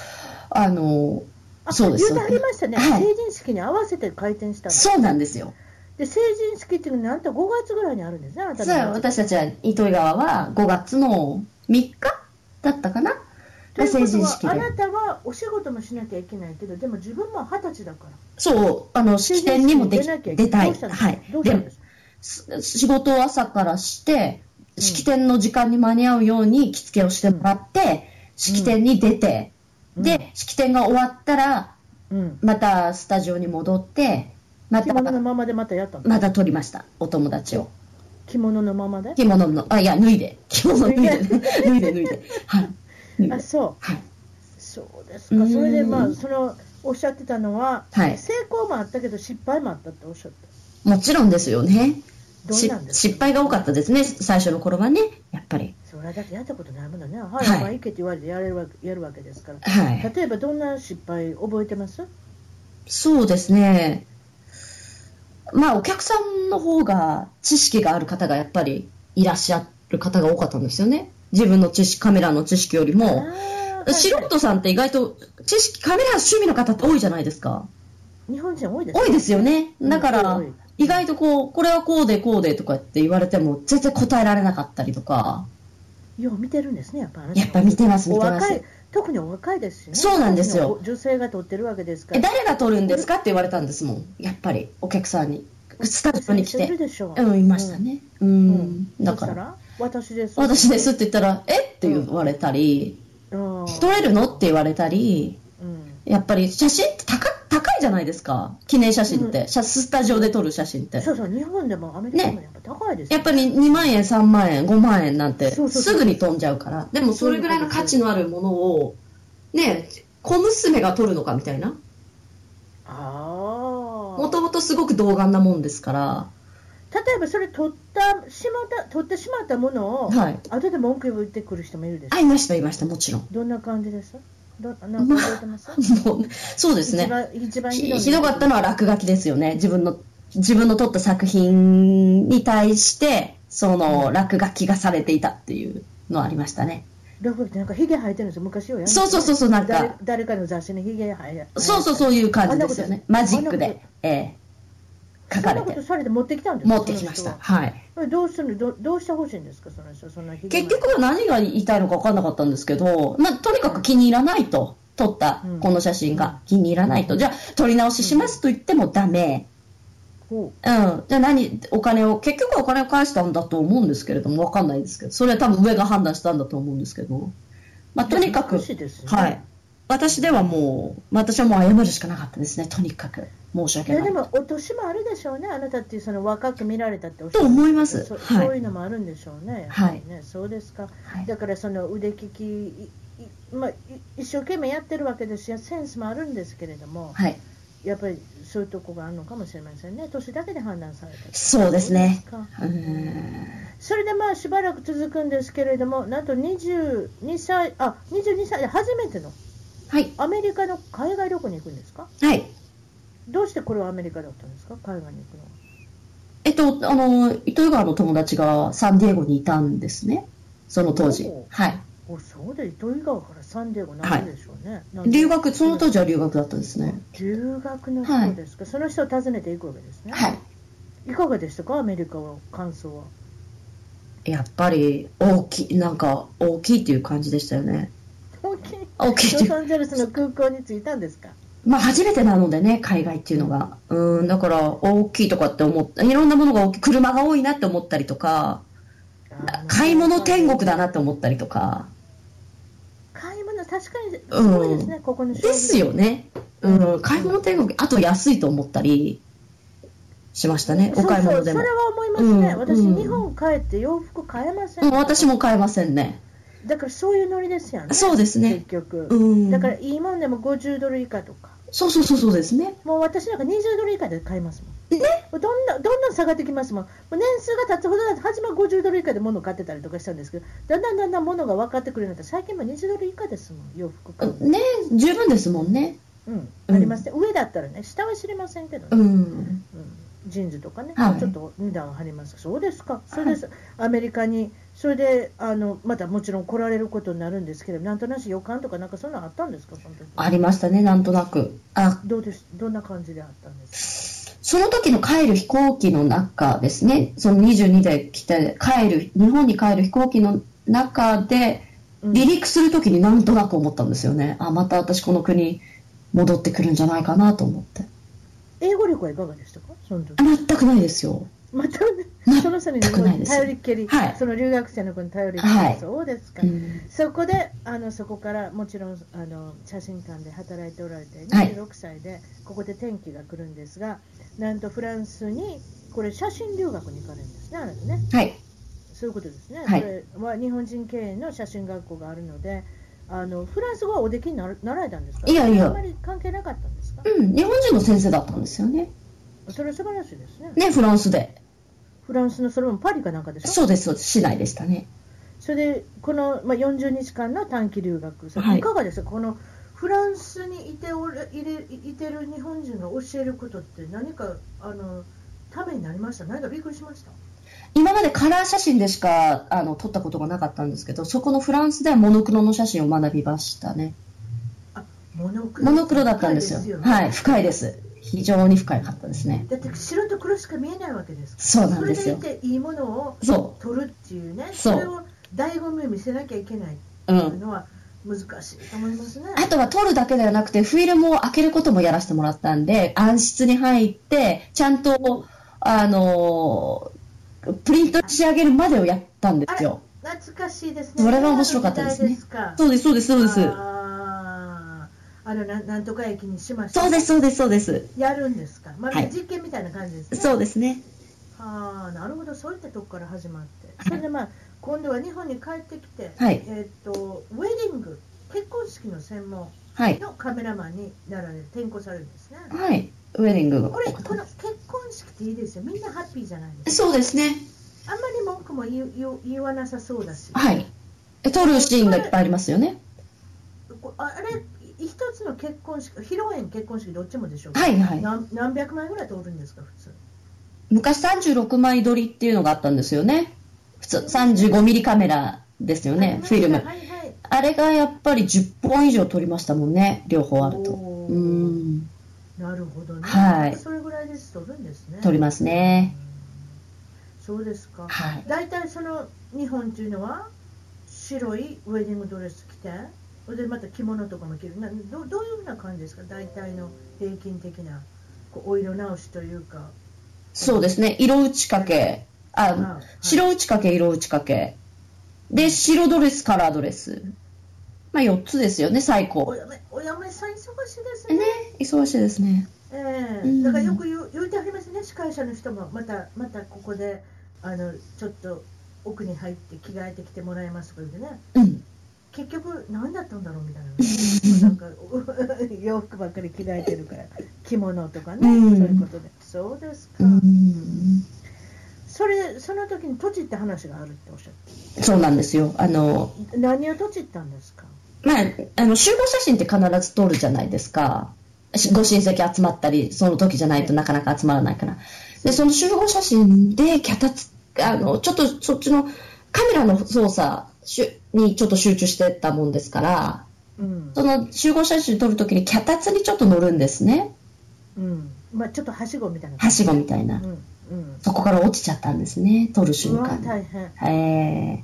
あの
あ
そうで
言
す
うてありましたね、
はい
成人式に合わせて開店したんです
そうなんですよ
で成人式っていうのはなんと5月ぐらいにあるんですねあなた
そう
の
私たちは糸魚川は5月の3日だったかな
というこ
成
と
人
は
式
あ
で
なたはお仕事もしなきゃいけないけどでも自分も二十歳だから
そうあの式典にもでき
成人式に
出たい
どうしたんですか
はい
どうし
で
たん
も
ですか
す仕事を朝からして式典の時間に間に合うように着付けをしてもらって、式典に出て、
うん
で式典が終わったら
うん
またスタジオに戻ってまた
着物のままでまたやったの
また撮りましたお友達を
着物のままで
着物の、あ、いや、脱いで。着物脱いで。脱いで、脱いで。はい。脱いで
あ。そう
はい。
そうですか
うん
それでまあそのおっしゃってたのは、
はい
成功もあったけど失敗もあったっておっしゃった
もちろんですよね。
どうなんで
し
す
失敗が多かったですね、最初の頃はね。やっぱり。
それだってやったことないものねはい
はい
お前行けって言われてやれるわけやるわけですから
はい。
例えばどんな失敗覚えてます
そうですね。まあ、お客さんの方が知識がある方がやっぱりいらっしゃる方が多かったんですよね。自分の知識、カメラの知識より
あ
も。
ーはい
素人さんって意外と知識、カメラ趣味の方って多いじゃないですか。
日本人多いです
多いですよね。だか
う
ら
ん多い、
意外とこう、これはこうでこうでとかって言われても、全然答えられなかったりとか。
よう見てるんですねやっぱあなた
やっぱ見てます、見
お
てま
若
す
い。特にお若いですしね
そうなんですよ
特にお女性が撮ってるわけですか
え、
ら
誰が撮るんですかって言われたんですもん。やっぱり、お客さんに。スタジオに来
いる
て。
でしょ
うん、いましたね。う
うんん。
だ
そし
か
た
ら、
私です
私ですって言ったら、えって言われたり、
うん
撮れるのって言われたり、
うん
やっぱり写真って高高いじゃないですか。記念写真って。写スタジオで撮る写真って。
そうそう、日本でもアメリカでもやっぱ高いです
や
よ、
っぱり2万円、3万円、5万円なんて
そうそうそう
すぐに飛んじゃうから、でもそれぐらいの価値のあるものを、ねえ、小娘が取るのかみたいな、
あ
も
あ。
ともとすごく童顔なもんですから、
例えばそれ取ったしまった取ってしまったものを、
はい、
後で文句言ってくる人もいるでしょ。
あいました、いました、もちろん。 (laughs)
どんな感じですどなんか覚えてます、
もうそうですね、
一番
ひ
一番
ひどかったのは落書きですよね、自分の自分の撮った作品に対して、その落書きがされていたっていうのはありましたね。
落書きってなんかヒゲ生えてるんですよ、昔をやめて
そうそうそうそうなんか
誰誰かの雑誌にヒゲ生え
そうそう
う。
そういう感じですよね、
あんなこ
マ
と
ジック
あんな
で、ええ書
そ
か
ん
れ
なこと
て、
されて持ってきたんですか
持ってきまし
その
た。
人は
はい
これどうするどどうしてほしいんですか、その人、そんなヒゲ
結局は何が言いたいのか分かんなかったんですけど、まあ、とにかく気に入らないと、撮った
うん
この写真が気に入らないと、じゃあ、撮り直ししますと言ってもダメ、
ほ
うん、じゃあ何、お金を、結局はお金を返したんだと思うんですけれども、分かんないですけど、それは多分上が判断したんだと思うんですけど、まあ、
う
とにかく
難、しいですね
はい、私ではもう、まあ私はもう謝るしかなかったですね、とにかく、申し
い
訳
や
な
で
い。
もお年もあるでしょうね、あなたっていうその若く見られたっておっしゃ
と
る
思います
そ
はい
そういうのもあるんでしょうね、やっぱりねそうですか、
はい
だからその腕利き、いいまあ、い一生懸命やってるわけですし、センスもあるんですけれども、
はい
やっぱりそういうとこがあるのかもしれませんね、年だけで判断された
そうですね
そうですか
うん
それでまあしばらく続くんですけれども、なんと22歳、あ22歳で初めての
はい、
アメリカの海外旅行に行くんですか、
はい
どうしてこれはアメリカだったんですか、海外に行くのは。
えっと、あの、糸魚川の友達がサンディエゴにいたんですね。その当時
おう。
はい。
おそうで糸魚川からサンディエゴなんででしょうね、なんで
留学、その当時は留学だったんですね。
留学の
は
人
い
ですか、その人を訪ねていくわけですね、、
はい。
かがでしたかアメリカの感想はい
やっぱり、大きい、なんか、大きいっていう感じでしたよね。
大きい
大きいって
ロ
いう。
サンゼルスの空港に着いたんですか
まあ、初めてなのでね、海外っていうのが。うん、だから、大きいとかって思った。いろんなものが大きい。車が多いなって思ったりとか、買い物天国だなって思ったりとか。
買い物確かにすごいですね、ここの商品
ですよね。うん、買い物天国、あと安いと思ったりしましたね。お買い物でも
そうそうそれ。は思いますね、
うん
私、
うん
日本帰って洋服買えません、
うん、私も買えませんね。
だからそういうノリですよね
そうですね
結局、
うん。
だからいいもんでも50ドル以下とか
そうそうそうそうですね。
もう私なんか20ドル以下で買いますもん。
ね
もうどんどんどんどん下がってきますもん。もう年数が経つほどだって初めは50ドル以下で物を買ってたりとかしたんですけど、だんだんだんだん物が分かってくるようになったら最近も20ドル以下ですもん、洋服買うの。
ね、十分ですもんね。
うん、
うん
ありますね。上だったらね、下は知りませんけど
う
ね。
ん。
うん、ジーンズとかね、
はい
ちょっと値段は張ります。そうですか。それです。アメリカに。それであのまたもちろん来られることになるんですけど、なんとなし予感とか、なんかそんなのあったんですか、その時
ありましたね、なんとなく。あ、
どうですどんな感じであったんです
その時の帰る飛行機の中ですね。その22で来て、帰る、日本に帰る飛行機の中で、
か、うん
離陸する時になんとなく思ったんですよね。あ、また私この国戻ってくるんじゃないかなと思って。
英語力はいかがでしたか、その時
あ全くないですよ。
また
(laughs) 全く
その人に
ないです
頼りっきり、
はい
その留学生の子に頼りっきり、
はい
そうですか、
うん
そこであのそこからもちろんあの写真館で働いておられて
はい
26歳で、ここで転機が来るんですがなんとフランスにこれ写真留学に行かれるんですねあなたね
はい。
そういうことですね、
はい
これは日本人経営の写真学校があるのであのフランス語はおできになら習えたんですか
いやいや
あんまり関係なかったんですか
うん、日本人の先生だったんですよね。
それは素晴らしいですね
ね、フランスで。
フランスのそれもパリかなんかでしょ
そうです、そうです。市内でしたね。
それでこの、まあ、40日間の短期留学、それ
はい
い、かがですか、このフランスにいておるいれいてる日本人が教えることって、何かあのためになりました、何かびっくりしました。
今までカラー写真でしかあの撮ったことがなかったんですけど、そこのフランスではモノクロの写真を学びましたね。
モノクロ
モノクロだったんですよ。
深いね
はい、深いです。非常に深かったですね。
だって白と黒しか見えないわけですか
そう
ら
なんですよ
そ。れでいていいものを
そ
取るっていうね、
そう
それを醍醐味を見せなきゃいけないっ
う。う。
ていうんのは難しいと思いますね。
あとは撮るだけではなくて、フィルムを開けることもやらせてもらったんで、暗室に入って、ちゃんと、あのープリント仕上げるまでをやったんですよ。
懐かしいですね。
それは面白かったですね
あの時代ですか
そうです、そうです、そうです。
あーあのななんとか駅にしました。
そうです、そうです、そうです。
やるんですか。まあ、
はい
実験みたいな感じですね。
そうですね。
はあ、なるほど。そういったとこから始まって。それでまあ今度は日本に帰ってきて、
はい
えっ、とウェディング結婚式の専門
はい。
のカメラマンになられる転校されるんですね。
はい。ウェディングの
これこの結婚式っていいですよ。みんなハッピーじゃないです
そうですね。
か。あんまり文句も言う言う言わなさそうだし。
はい。え撮るシーンがいっぱいありますよね。
こああれ一つの結婚式、披露宴結婚式どっちもでしょうけど
はい、はい。
何何百枚ぐらい通るんですか普通
昔36枚撮りっていうのがあったんですよね。普通35ミリカメラですよね、フィルム。
はいはい
あれがやっぱり10本以上撮りましたもんね、両方あると。
お
う
ー
ーん、
なるほどね、
はい
それぐらいです取るんですね
撮りますね。
そうですか
はい。
大体その日本っていうのは白いウェディングドレス着てそれでまた着物とかも着るなどどういうふうな感じですか大体の平均的なこうお色直しというか
そうですね、色打ち掛け。
あ
あ、
はい
白打ち掛け、色打ち掛け。で、白ドレス、カラードレス。まあ4つですよね、最
お
高。
嫁お嫁さん忙しいですね
ね、忙しいですね。
え
うん
え、だからよく言う言うてはりますね、司会者の人も、またまたここであのちょっと奥に入って着替えてきてもらえますとか言ってね、
うん。
結局、何だったんだろうみたい
(laughs)
な、なんか (laughs) お洋服ばっかり着替えてるから、着物とかね、
うん
そういうことで、そうですか、
うん
それその時に土地って話があるっておっしゃっ
そうなんですよ。あの、
て、何を土地ったんですか、
まあ、あの集合写真って必ず撮るじゃないですか。しご親戚集まったり、その時じゃないとなかなか集まらないから。で、その集合写真で、脚立、あの、ちょっとそっちのカメラの操作しにちょっと集中してたもんですから、
うん
その集合写真撮るときに脚立にちょっと乗るんですね。
うんまあ、ちょっとはしごみたいな
はしごみたいな
う。んうん、
そこから落ちちゃったんですね、撮る
う
瞬
わ
間に。
大変。
えー、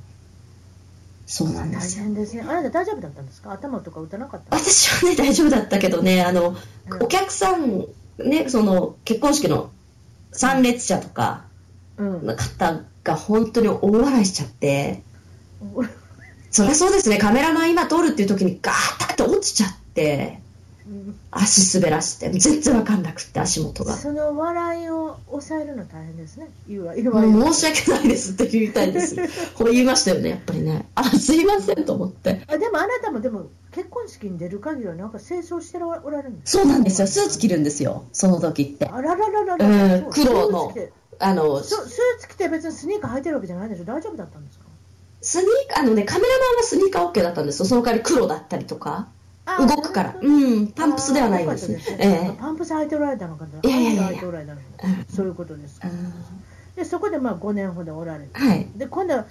そうなんで
大
すよ。
変ですね。あなた大丈夫だったんですか頭とか打たなかった
私はね、大丈夫だったけどね、あの、
うん
お客さん、ね、その結婚式の参列者とか
うん
の方が本当に大笑いしちゃって、そりゃそうですね、カメラマン今通るっていう時にガーッと落ちちゃって、足滑らして、全然わかんなくって、足元が。
その笑いを抑えるの大変ですね。言うわ、言うわ。言うわ
もう申し訳ないですって言いた
(laughs)
いです。これ言いましたよね、やっぱりね。あ、すいませんと思って。
あでもあなたもでも結婚式に出る限りはなんか清掃しておられるんです
そうなんですよ、スーツ着るんですよ、その時って。
あららららら
うん黒の
スーツ着て
あの、
そスーツ着て別にスニーカー履いてるわけじゃないでしょ大丈夫だったんですか
スニーカー、あのね、カメラマンはスニーカー OK だったんですよ。その代わり黒だったりとか。
あ
動くから
な。るほど
うん、パンプスではないんですね
あーよ。かった
え
パンプス履いておられたのかな。
いやいやいや
履いておられたのか
えうん
そういうことです
あ
か。でそこでまあ5年ほどおられる。
ーはい。
で今度は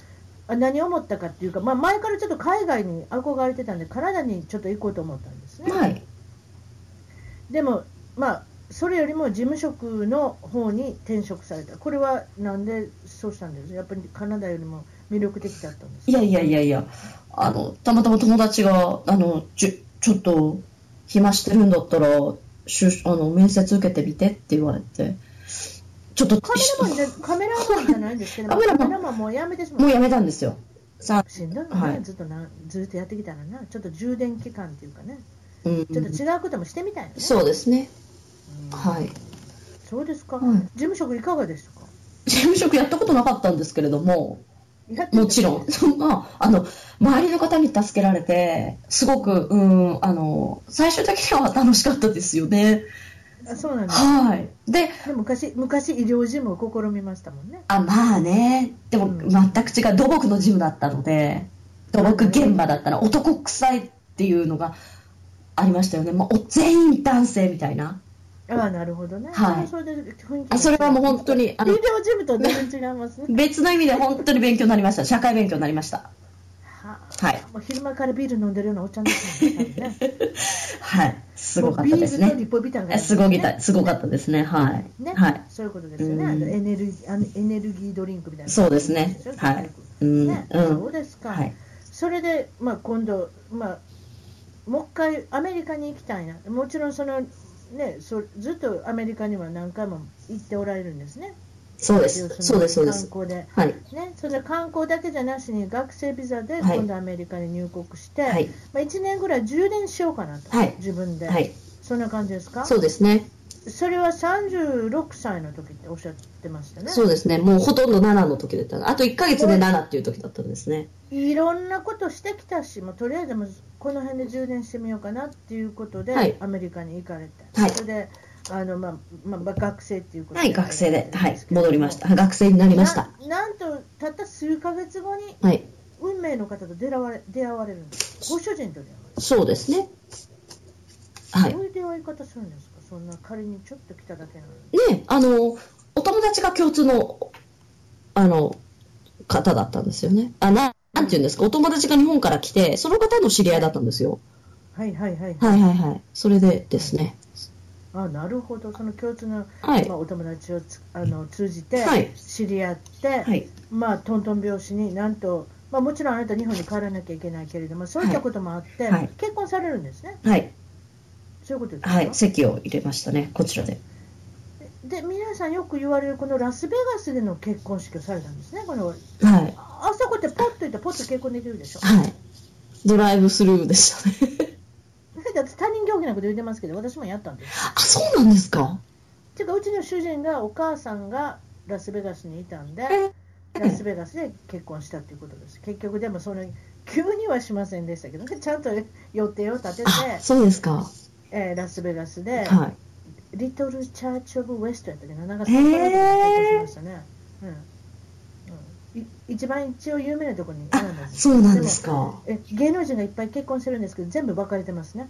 あ何を思ったかっていうか、まあ、前からちょっと海外に憧れてたんでカナダにちょっと行こうと思ったんですね、
はい。
でも、まあ、それよりも事務職の方に転職されたこれはなんでそうしたんですかやっぱりカナダよりも魅力的だったんですか
いやいやいやいや、あの、たまたま友達が、あの、ちょ、ちょっと、暇してるんだったら、しゅあの、面接受けてみてって言われて、ちょっと、
カメラ
(laughs)
マンじゃカメラマンじゃないんですけど
カメラマン
もうやめてしま
もう
う
やめたんですよ。さ
しんどいね、
はい
ずっとなずっとやってきたらなちょっと充電期間っていうかね
あ、うん、
ちょっと違うこともしてみたいな、ね
そうですね。
うん
はい。
そうですか、
はい
事務職いかがでしたか
事務職やったことなかったんですけれども、もち (laughs) ろん、まあ、あの周りの方に助けられて、すごく、うん、あの最終的には楽しかったですよね。
あそうなんです
はい。で、
で昔昔医療事務を試みましたもんね
あ、まあね、でも
うん
全く違う、土木のジムだったので、土木現場だったら男臭いっていうのがありましたよね。まあ、お全員男性みたいな。
ああなるほどね
はい
それで雰囲気
あそれはもう本当
に
に、
医
あ
療
の
事務と全然違いますね
別の意味で本当に勉強になりました。社会勉強になりました。
は
はい。 (laughs)
もう昼間からビール飲んでるようなおっちゃんですもんね多分ね
はい。 (laughs) すごかっ
もう
たです
ビールと
ね。
リポビタンが、
すごぎた、すごかったですね。はい。
ね、
はい。
そういうことですよね、あ
うん
のエネルギーあのエネルギードリンクみたいな
そうですね
結局
はいうん。
ね
うん。
そうですか、
はい。
それで、まあ、今度、まあ、もう一回アメリカに行きたいな、もちろんその、ね、そずっとアメリカには何回も行っておられるんですね、
そうで
要
す。
るに
そうです、そうです。
観光で、
はい。
ね、それで観光だけじゃなしに、学生ビザで
はい
今度アメリカに入国して、
はい。
まあ、1年ぐらい充電しようかなと、
はい
自分で、
はい。
そんな感じですか
そうですね。
それは36歳の時っておっしゃってましたね。
そうですね、もうほとんど7の時だったのあと1ヶ月で7っていう時だったんですね。
いろんなことしてきたし、もうとりあえずもうこの辺で充電してみようかなっていうことで、
はい
アメリカに行かれて、
はい
それであの、まあまあまあ、学生っていうこと。
はい、学生で、はい、戻りましたた。学生になりました。
ななんとたった数ヶ月後に
はい、
運命の方と出会われ出会われるんです。ご主人と出会わ
そうですね。は
れ
い
る。。どういう出会い方するんですか。そんな仮にちょっと来ただけなのに。
ね、あの、お友達が共通の、あの、方だったんですよね。あ、ななんていうんですか、お友達が日本から来て、その方の知り合いだったんですよ。
はいはいはい。
はいはいはい。それでですね。
あなるほど。その共通の、
はい
まあ、。お友達をつあの通じて
はい
知り合って。
はい。
まあ、トントン拍子になんと、まあ、もちろんあなた日本に帰らなきゃいけないけれどもそういったこともあって、
はいはい
結婚されるんですね
はい。
そういうことですか、
はい。席を入れましたね、こちらで。
で皆さんよく言われるこのラスベガスでの結婚式をされたんですねこの
はい。
ああそこってポッと行ったらポッと結婚できるでしょ
はい。ドライブスルーでしたね。
だって他人行儀なこと言ってますけど私もやったんです
(laughs) あ、そうなんですか。
っていうかうちの主人がお母さんがラスベガスにいたんで
え
ラスベガスで結婚したっていうことです結局でもその急にはしませんでしたけどねちゃんと予定を立てて
あ、、そうですか。
えーラスベガスで、
は
リトル・チャーチ・オブ・ウェストやったっけど、長
へ
崎
ー
から結婚しましたね。うんうんい一番一応有名なところに選んだん
い。
です
そうなんですか。
え芸能人がいっぱい結婚してるんですけど、全部別れてます
(laughs)
ね。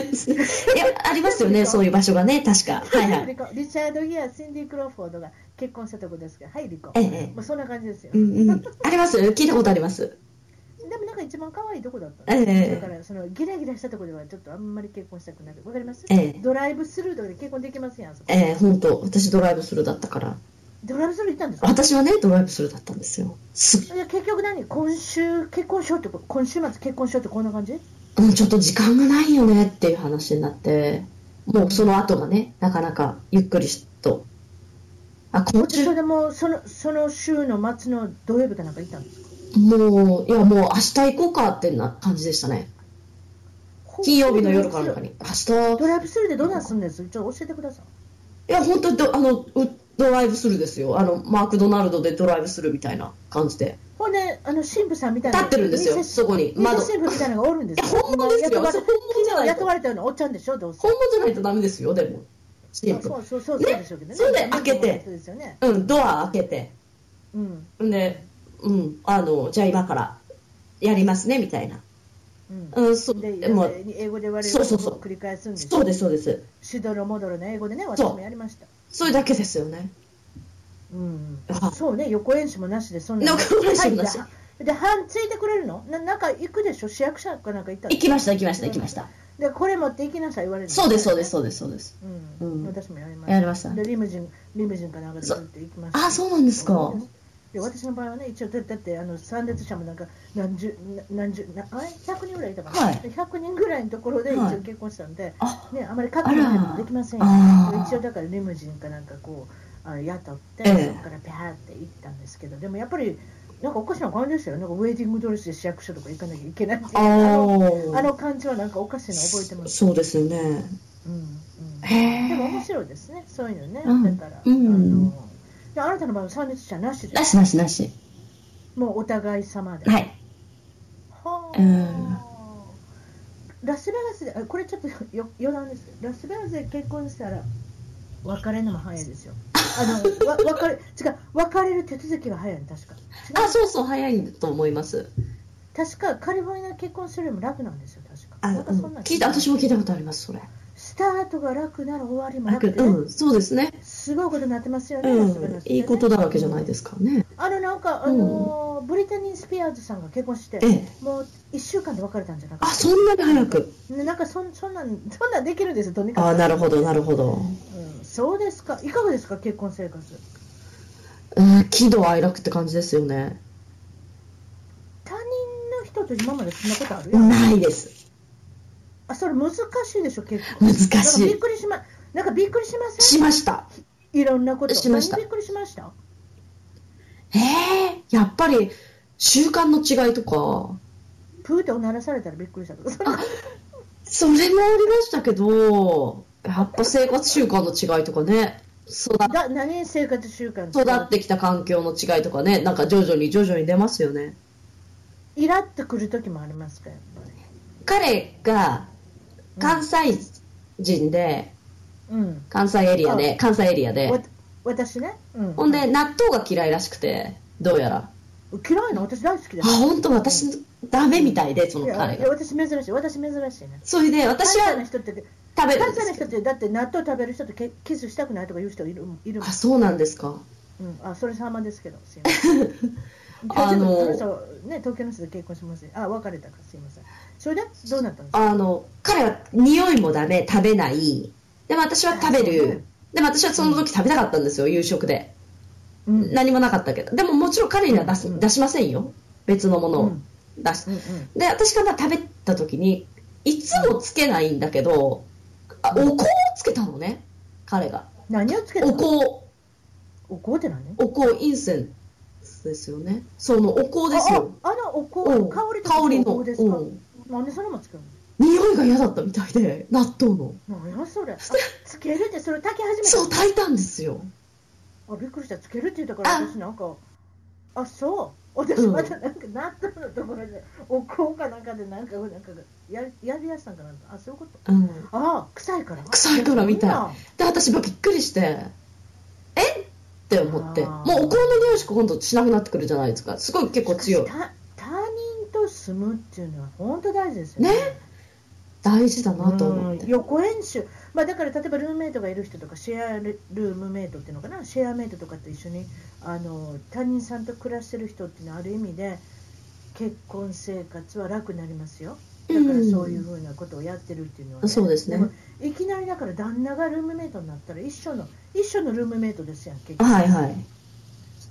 いや、ありますよ (laughs) ね、そういう場所がね、確か。はい (laughs) はい。
離婚リチャード・ギア、シンディ・クロフォードが結婚したとこですけど、はい、離婚。
ええ
まあ、そんな感じですよ。
う
で
んうん。ありますよね、聞いたことあります。
もなんか一番可愛いとこだった
え
んです
え
だから、そのギラギラしたとこではちょっとあんまり結婚したくない。わかります
ええ
ドライブスルーとかで結婚できますやん、あそこ
ええ、本当、私ドライブスルーだったから。
ドライブスルー行ったんですか
私はね、ドライブスルーだったんですよ。す、
いや結局何今週結婚しようってこと今週末結婚しようってこんな感じ
うん、ちょっと時間がないよねっていう話になって、もうその後がね、なかなかゆっくりしと。あ、今
そ
週
れでもうそのその週の末の土曜日かなんか行ったんですか
もう、いや、もう明日行こうかってな感じでしたね。金曜日の夜かなんかに。明日
ドライブスルーでどうなんするんですちょっと教えてください
いや、本当にどあのうドライブスルーですよあの、マクドナルドでドライブスルーみたいな感じで、
ほんであの神父さんみたいな
立ってるんですよ、そこに、
窓
窓。
神父みたいなのがおるんです
いや本物ですよ
今
それ
雇われ
本物じゃな
昨日
い
雇われたようなおっちゃんでしょどうせ
本物じゃないとダメですよ、でも、シ
あ
ンプ
そ
ル
うそうそうそうでしょうけどね
ねそれで開けて
そうですよね
うん、ドア開けて、
うん
んで、うん、あの、じゃあ今からやりますね、みたいな。
うん
うん、そう、
で
でもう、
英語で言われる
そう
こと
そうそう
を繰り返すんです
そうです、そうです。
しどろもどろの英語でね私もやりました
それだけですよね。
うん
あ
そうね、横演習もなしで、そんな。
なんか横演習もなし
はいで、で半ついてくれるのななんか行くでしょ市役所かなんか行ったで
行きました、行きました、行きました。
で、これ持って行きなさい言われるの
そうです、そうです、。そうです、そうです。
う。
うんん
私もやりま
や
し
りました
た。。で、リムジン、リムジンかなんかでずっと行きました。
あ、そうなんですか。
で私の場合はね、一応だだってあの参列者もなんか何十な何十なあれ100人ぐらいいたから、
はい
で100人ぐらいのところで一
は
応
い
結婚したんで、
あ、
ね、あまり覚悟ない
あ
の
ら
でできませんよ
あー
一応だからリムジンかなんかこうあの雇って、
ええ
そこからピャーって行ったんですけどでもやっぱりなんかおかしな感じでしたよなんかウェイティングドレスで市役所とか行かなきゃいけないっていう
あ
あ
ー
のあの感じはなんかおかしいの覚えてます、
そうですよね。
うんうん、
へー
でも面白いですねそういうのね、
うん
だから、
うん
あのであなたの場合は参列者なしで
なしなしなし。
もうお互い様で。
はい。
はあ
うん
ラスベガスで、あこれちょっとよ余談ですけど、ラスベガスで結婚したら別れるのも早いですよ。あの
(laughs)
わ別れ違う別れる手続きが早いの確か。
あ、そうそう、早いと思います。
確かカリフォルニア結婚するよりも楽なんですよ確か。
あ、う
なん
ん
かそんな、
聞いた、私も聞いたことあります、それ。
スタートが楽なら終わりも楽
楽、
で、ね
うん、そうですね。
すごいことになってますよね。
う
ラスベガ
ん
ス、でね
いいことだわけじゃないですからね。
あのなんかあのーブリタニー・スピアーズさんが結婚して
ええ。
もう一週間で別れたんじゃなか
あ、
っ
そんなに早く。
た。ねなんかそんそんなんそんなんできるんですよとにかく。
あ、なるほど、なるほど。
うんそうですか。いかがですか結婚生活。
うん、喜怒哀楽って感じですよね。
他人の人と今までそんなことあるよ。
ないです。
あそれ難しいでしょ結婚。
難
なんか
し
びっ
い。
くりしまなんかびっくりしません。
しました。
いろんなこと。
しました
何びっくりしました。
えー、やっぱり、習慣の違いとか、
プーっておならされたらびっくりしたけど。
それもありましたけど、やっぱ生活習慣の違いとかね、育っ
だ何生活習慣。
育ってきた環境の違いとかね、なんか徐々に徐々に出ますよね。
イラっとくる時もありますかやっぱり。
彼が
うん
関西人で、
うん。
関西エリアで、関西エリア
わ
で、
私ね。うん。
ほんで納豆が嫌いらしくて、どうやら。
嫌いな私大好きだ
あ、。ほんと私ダメみたいで、そ
い
の
や
彼
いや
が。
私珍しい私珍しいね。
それで私
関西の
は
人って
食べる
関
ん
西
で
の
す
人
け
っ
ど。
てだって納豆食べる人とけキスしたくないとか言う人いるもんいるもん
あ、そうなんですか。
うん、あそれ様ですけど、すいません。
(laughs) あの
そ人ね、東京の人と結婚しません。あ、別れたから、すいません。それで、どうなったんですか
あの、彼は匂いもダメ、食べない。でも私は食べる。でも私はその時食べたかったんですよ、夕食で。
うんうん
何もなかったけどでももちろん彼には出す、
うん
出しませんよ別のもの
う
を
ん
出す、
うん
で私がまあ食べた時にいつもつけないんだけど、あお香をつけたのね彼が
何をつけた
お
の
香
お香って何
お香インセンスですよねそのお香ですよ
あああのお香
うん
の香りと
香りの
お香ですか、
うん
なんでそれもつける
匂いが嫌だったみたいで納豆の
の何やそれあつけるってそれ炊き始めた
そう炊いたんですよ
あびっくりしたつけるって言ったから
あ
私なんかあそう私
うん
またなんか納豆のところでお香かなんかでなんかなんかややりやすさんかなんかあそういうこと
うん
ああ臭いから
臭いからみたい
そんな
で私がびっくりしてえって思って
あー
もうお香の匂いしか今度しなくなってくるじゃないですかすごい結構強い
しかし他他人と住むっていうのは本当大事ですよね
ね大事だなと思っ
う
て
ん横演習、まあ、だから例えばルームメイトがいる人とかシェアルームメイトっていうのかなシェアメイトとかと一緒にあの他人さんと暮らしてる人っていうのはある意味で結婚生活は楽になりますよだからそういうふうなことをやってるっていうのは、
そうですね
もいきなりだから旦那がルームメイトになったら一緒の一緒のルームメイトですやん結局
はいはい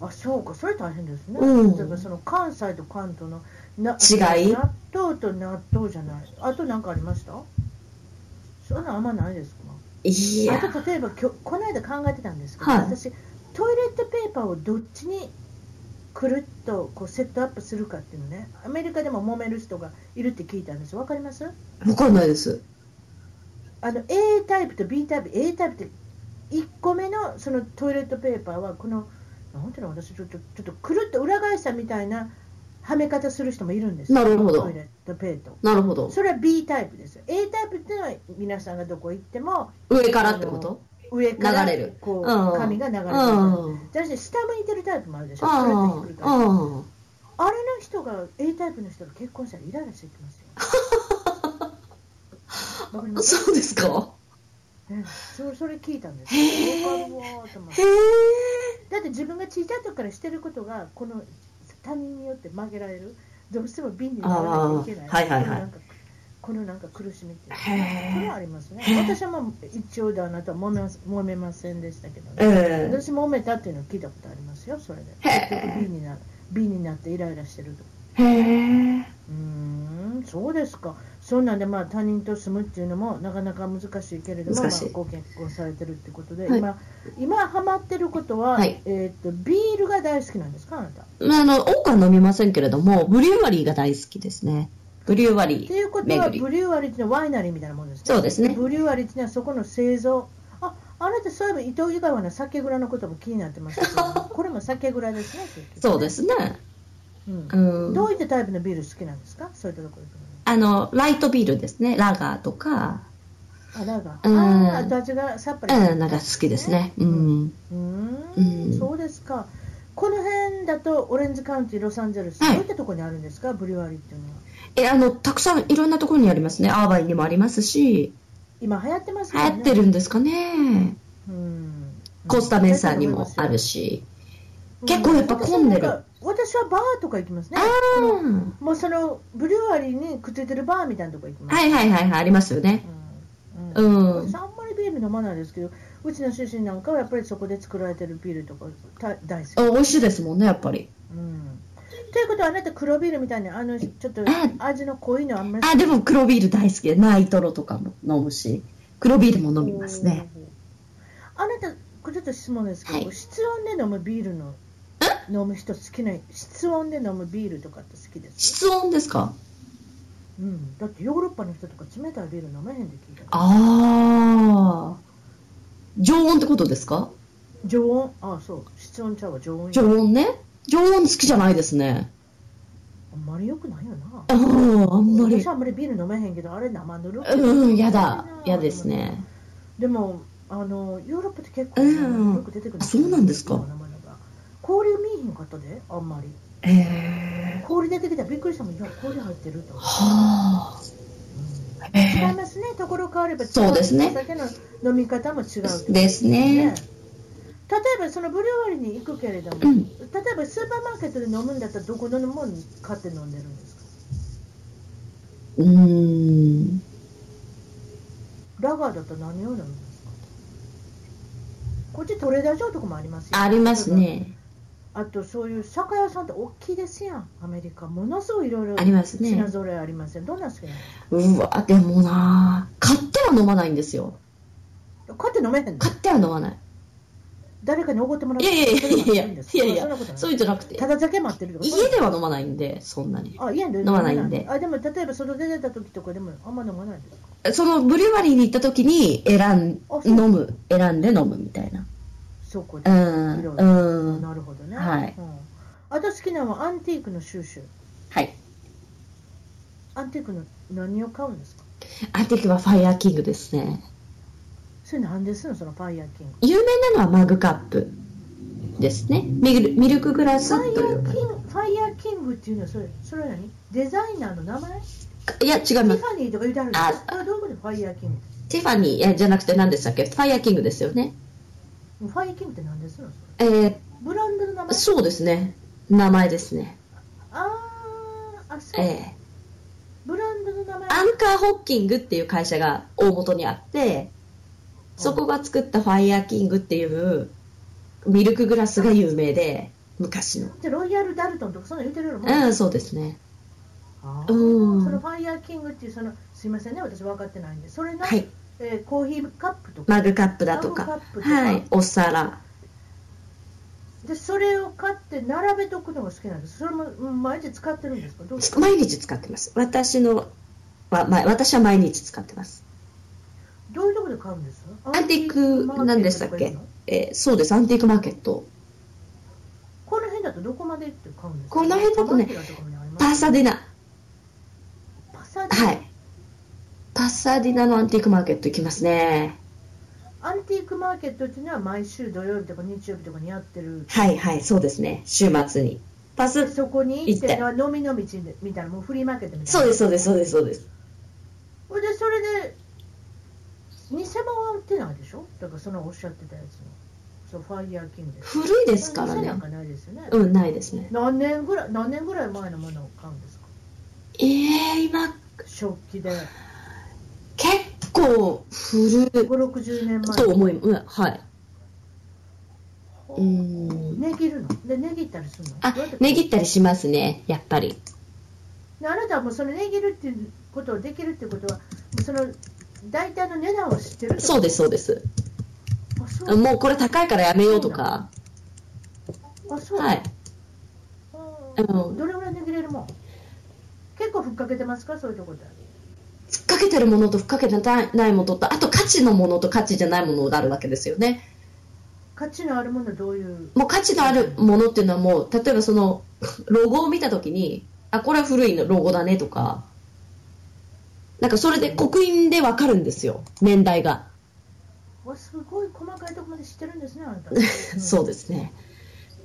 あそうかそれ大変ですね、
うん
例えばその関西と関東のな
違い
納豆と納豆じゃないあと何かありましたそんなんあんまないですか
いや
あと例えばきょこの間考えてたんですけど、
はい
私トイレットペーパーをどっちにくるっとこうセットアップするかっていうのねアメリカでも揉める人がいるって聞いたんですわかります
分かんないです
あの A タイプと B タイプ A タイプって1個目のそのトイレットペーパーはこのなんていうの私ちょっとちょっとくるっと裏返したみたいなはめ方する人もいるんですよ
なるほど
トイレットペーパー
なるほど
それは B タイプですよ A タイプっていうのは皆さんがどこ行っても
上からってこと
上から
流れる
こ
うん
う髪が流れて
う
る
ん
じゃな
うん
くて下向いてるタイプもあるでしょくるっとひっくり返る
うん
あれの人が A タイプの人と結婚したらイライラしてきます
(laughs)
よわかります
そうですか
ねそそれ聞いたんです
へー
よわかるわーと思って
へえ
だって自分が小さい時からしてることがこの他人によって曲げられるどうしても瓶にならなきゃいけない、
あーはいはいはい
このなんかこのなんか苦しみっていう
へー
これはありますね
へー
私はもう一応であなたは揉めます揉めませんでしたけど、ね、
え
私揉めたっていうのを聞いたことありますよそれで
へ
瓶にな瓶になってイライラしてると
えへえ
うーんそうですかそんなんでまあ他人と住むっていうのもなかなか難しいけれども、まあ
難しい、
ご結婚されてるってことで、
はい
今今ハマってることは、
はい
えー、とビールが大好きなんですかあなたっ
まああの多くは飲みませんけれどもブリュワリーが大好きですねブリュワリ
て
ー
いうことは
巡り
ブリュワリーっていうのはワイナリーみたいなもんですね
そうですね
ブリュワリーっていうのはそこの製造ああなたそういえば伊藤井川の酒蔵のことも気になってましたけ
(laughs)
どこれも酒蔵ですね結局
そうですね。
うん
うん。
どういったタイプのビール好きなんですかそういったところ
あの、ライトビールですね。ラガーとか、
あラガ
うん
ーあー後味がさっぱりして
う
る
ん、なんか好きですね。うん。
うーん
うん
そうですかこの辺だとオレンジカウンティロサンゼルス、
はい
どういったところにあるんですかブリュワリーっていうのは
え、あの、たくさんいろんなところにありますね。アーバインにもありますし、
今流行ってます
流
から
行ってるんですかね。
うん
コースタメンサーにもあるし。
うん
結構やっぱ混んで
私
る
はなんか私はバーとか行きますね
うん。
もうそのブリュワリーにくっついてるバーみたいなとこ行きます、
はいはいはいはい、ありますよね。
うんうん
うん
私。あんまりビール飲まないですけどうちの主人なんかはやっぱりそこで作られてるビールとかた大好き
あ美味しいですもんね、やっぱり。
うんということはあなた黒ビールみたいなあのちょっと味の濃いのあんまり
あ、でも黒ビール大好きで、ナイトロとかも飲むし、黒ビールも飲みますね。
あなたこれちょっと質問ですけど、
はい
室温で飲むビールの飲む人好きな室温で飲むビールとかって好きです、
室温ですか
うん、だってヨーロッパの人とか冷たいビール飲めへんで聞いた
ああ。常温ってことですか
常温ああそう室温ちゃうわ常温や
常温ね。常温好きじゃないですね。
あんまり良くないよな
ああ、あんまり
私。あんまりビール飲めへんけどあれ生ぬるくて
うん、やだ。やですね。
でもあのヨーロッパって結構、
うん
よく出てくる
あそうなんですか
生ものが氷見えへんかったであんまり
ええ
氷出てきたらびっくりしたもんいや氷入ってると
はあ。え
違い
え
ますねところ変われば違
そうですね
お酒の飲み方も違うってこと
ですね。
例えばそのブリュワリーに行くけれども、
うん
例えばスーパーマーケットで飲むんだったらどこのもん買って飲んでるんですか
うーん。
ラガーだと何を飲むんですかこっちトレーダー場とかもありますよ
ありますね。
あとそういう酒屋さんって大きいですやんアメリカものすごいいろいろ
ありますね
品揃えありますよどんなん好きな
うわ、でもなあ買っては飲まないんですよ。
の買って飲めへんの
買っては飲まない。
誰かにおごってもらっ
い
て
やいやいやいや
ん
い
です
やい
そん
や
なことない
そういうんじゃなくて
ただ酒待ってるとか
家では飲まないんでそんなに
あ家で
飲まないんで
あでも例えば外出てた時とかでもあんま飲まないんですか
そのブリュワリーに行った時に選ん
あそう
飲む選んで飲むみたいな
そこで、
うん
いろい
うん
なるほどね、
はい
うん、あと好きなのはアンティークの収集
はい
アンティークの何を買うんですか
アンティークはファイヤーキングですね
それなんですのそのファイヤーキング
有名なのはマグカップですねミルミルクグラス
ファイ
と
ヤ
い
ー
うか
キングファイヤーキングっていうのはそれそれは何デザイナーの名前
いや違い
テ
ま
ィ
す
ファニーとか言うてあるんです
あ
かそれはどういうことファイヤーキング
ティファニーいやじゃなくて何でしたっけファイヤーキングですよね
ファイヤーキングって何ですのそ
えー、
れブランドの名前
そうですね名前ですね
あーあそう、
えー
ブランドの名前
アンカーホッキングっていう会社が大元にあって、そこが作ったファイヤーキングっていうミルクグラスが有名で、昔の。
でロイヤル・ダルトンとかそんなん言うてるようなもん
うん、そうですね。
あー
うん
そのファイヤーキングっていうそのすいませんね私分かってないんでそれの、
はい。
えーコーヒーカップとか
マグカップだと
マグ
か
カップ、とか
はい。お皿。
でそれを買って並べとくのが好きなんですそれもうん毎日使ってるんですかどうですか
毎日使ってます。私のは、ま、私は毎日使ってます。
どういうところで買うんですか
アンティーク
マーケットとか
何でしたっけ
行くの
えーそうです。アンティークマーケット。
この辺だとどこまでって買うんですか
この辺だとね
パサディナとかにあります
パーサディナ。
パサディナ
はい。パーサディナのアンティークマーケット行きますね。
アンティークマーケットっていうのは毎週土曜日とか日曜日とかにやってる
はいはい、そうですね。週末に。パス
でそこに行っ
行
て
って
な飲みの道みたいなもうフリーマーケットみたいな
そうです、そうです、そうです、そうです。
ほいでそれで偽物は売ってないでしょだからそのおっしゃってたやつのそうファイヤーキングで
古いですから
偽
ね
なん。かないですよね、
うん、ないですね。
何年ぐらい何年ぐらい前のものを買うんですか
ええ今、
食器で
結構古い
560年前
と思い、うん、はい。
ほ
うーん。
値切るので値切ったりするの
あ
どうやって、
値切ったりしますね、やっぱり。
であなたはもうその値切るっていうことをできるってことはもうその大体の値段を知ってるってこと
そうです、そうです。
あそう
もうこれ高いからやめようとか。
あそう、
はい。
あー
うん
どれぐらい値切れるもん結構ふっかけてますかそういうとこで
っかけてるものとふっかけてないないものとあと価値のものと価値じゃないものがあるわけですよね
価値のあるものはどういう
もう価値のあるものっていうのはもう例えばそのロゴを見た時にあこれは古いのロゴだねとかなんかそれで刻印でわかるんですよ年代が、
わすごい細かいところまで知ってるんですねあ
(laughs)
なた、
そうですね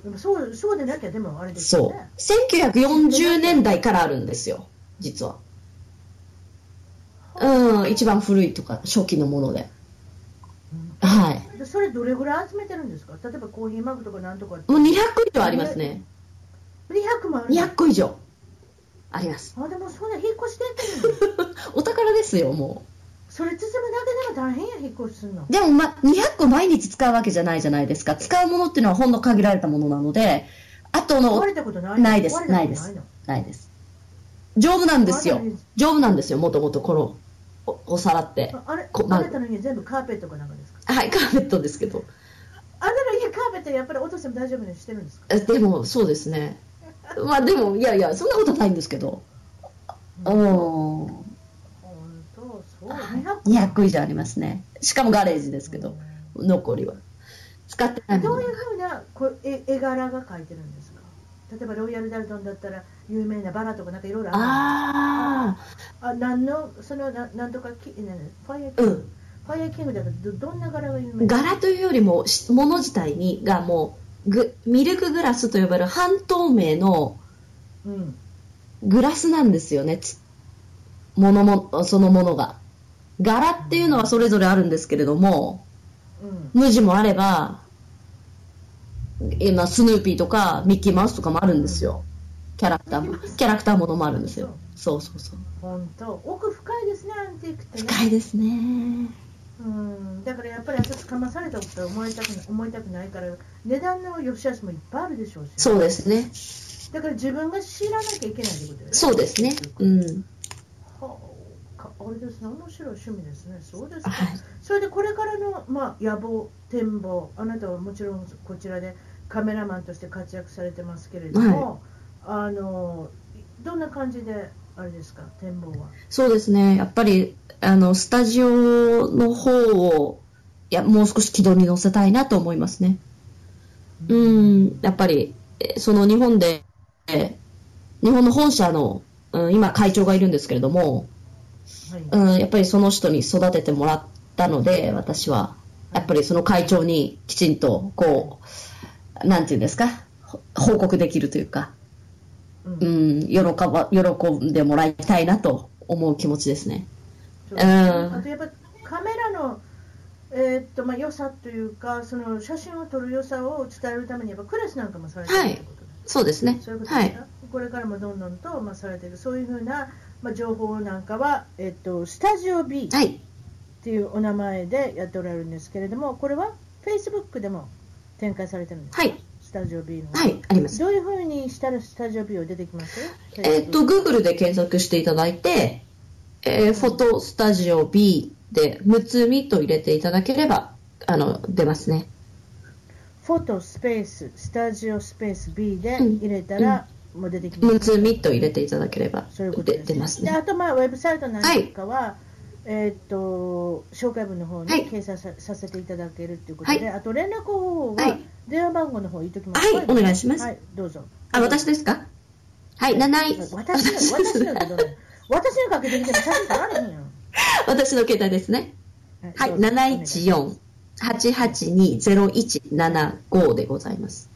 でもそうそうでなきゃでもあれですよ
そ
ね
う1940年代からあるんですよ実はうん一番古いとか初期のものではい
でそれどれぐらい集めてるんですか例えばコーヒーマグとかなんとか
もう200以上ありますね
200もある
200個以上あります (laughs)
あでもそんな引っ越してってんの
お宝ですよも
それ包むだけでも大変や引っ越しするの
うでも、ま、200個毎日使うわけじゃないじゃないですか使うものっていうのはほんの限られたものなのであとの
壊れたことない
ないです
壊れたこと
ないですないです丈夫なんですよ
壊れたの
丈夫なんですよもともとこのおお皿って
ああれ
こ
あなたの家全部カーペットかなんかですか
はいカーペットですけど
あなたの家カーペットやっぱり落としても大丈夫にしてるんですか
えでもそうですねまあでもいやいやそんなことはないんですけどうん
本当そう
200
200
個以上ありますねしかもガレージですけど残りは使ってないも
ど
の
ういうふうなこう絵絵柄が描いてるんですか例えばロイヤルダルトンだったら有名なバラとかなんかいろいろあ
あ
るあなんのそのななんとかきなファイヤー
あ
キン
う
グ、
ん
ファイヤーキングだとどどんな柄が有名
柄というよりもし物自体にがもうグミルクグラスと呼ばれる半透明の
うん
グラスなんですよねつ物もそのものが柄っていうのはそれぞれあるんですけれども
うん
無地もあれば今スヌーピーとかミッキーマウスとかもあるんですよキャラクターもキャラクターものもあるんですよそうそうそう
本当奥深いですねアンティークってね
深いですね
うんだからやっぱりあそこかまされたことは思いたくな思いたくないから値段の良し悪しもいっぱいあるでしょうし
そうですね
だから自分が知らなきゃいけないってことだよね
そうですねうん
はあかあれですね面白い趣味です (laughs) ねそうですか
はい
それでこれからの、まあ、野望展望あなたはもちろんこちらでカメラマンとして活躍されてますけれども、あのどんな感じであれですか展望は
そうですね、やっぱりあのスタジオの方をいやもう少し軌道に乗せたいなと思いますね。うん、やっぱりえその日本でえ日本の本社の、うん、今会長がいるんですけれども、
はい、
うん、やっぱりその人に育ててもらったので私はやっぱりその会長にきちんとこうなんていうんですかほ報告できるというか、
うん
うん、喜ば喜んでもらいたいなと思う気持ちですね。
そうですねあとやっぱカメラの、えーっとまあ、良さというかその写真を撮る良さを伝えるためにやっぱクラスなんかもされてるってことで
そうですね
そういう。こと
は
です
い
か、。これからもどんどんと、まあ、されていくそういうふうな、まあ、情報なんかは、えっと、スタジオ B っ
はい。
ていうお名前でやっておられるんですけれどもこれは Facebook でも展開されてるんですか、
はい
スタジオ B の、
はい。あります。
どういうふうにしたらスタジオ B を出てきます
えっと、Google で検索していただいて、えーフォトスタジオ B で、むつみと入れていただければ、あの、出ますね。
フォトスペーススタジオスペース B で
うん
入れたら、もう出てきます
むつみと入れていただければ、
そういうこと
で
です、
出ます
であ
ね。
と、まあ、ウェブサイトなんかは、えーっと紹介文の方に
はい
掲載さ,、せていただけるということで、
はい
あと連絡方法
は
はい電話番号の方言っときます
はい、お願いします。
はい、どうぞ。
あ、私ですかはい、7位。
私の、私
(laughs)
の、私の、私のかけてきても写真撮られへんよ。
私の携帯ですね。はい、
よ。
714-882-0175でございます。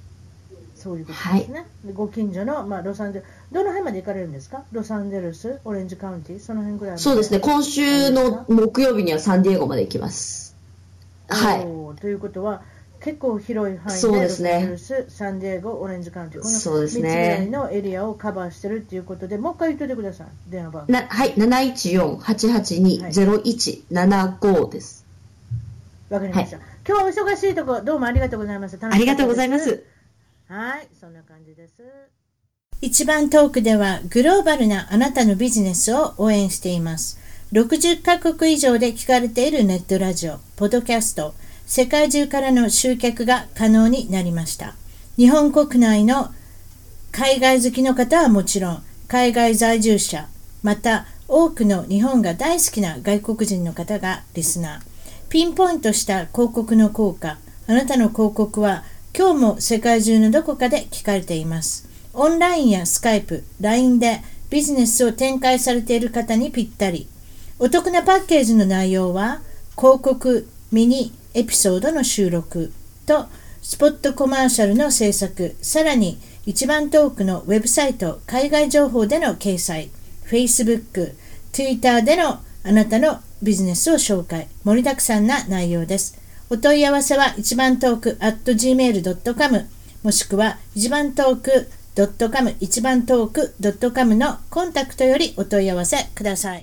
そういうことですね。でご近所の、まあ、ロサンゼルス、どの辺まで行かれるんですかロサンゼルス、オレンジカウンティ、その辺ぐらいま
そうですね、。今週の木曜日にはサンディエゴまで行きます。はい。
おーということは、結構広い範囲で
そうですね
ロサンゼルス、サンディエゴ、オレンジカウンティ、この
そうですね
三つぐらいのエリアをカバーしてるということで、もう一回言っといてください、電話番号。
なはい、714-882-0175です。
わかりました、今日はお忙しいとこ、どうもありがとうございました。
ありがとうございま
楽しかっ
す。
たです。はい、そんな感じです。
一番トークではグローバルなあなたのビジネスを応援しています。60カ国以上で聞かれているネットラジオ、ポッドキャスト、世界中からの集客が可能になりました。日本国内の海外好きの方はもちろん、海外在住者、また
多くの日本が大好きな外国人の方がリスナーピンポイントした広告の効果あなたの広告は今日も世界中のどこかで聞かれていますオンラインやスカイプ LINE でビジネスを展開されている方にぴったりお得なパッケージの内容は広告ミニエピソードの収録とスポットコマーシャルの制作さらに一番トークのウェブサイト海外情報での掲載 Facebook、Twitter でのあなたのビジネスを紹介盛りだくさんな内容ですお問い合わせは一番トーク at gmail.com もしくは一番トーク .com 一番トーク .com のコンタクトよりお問い合わせください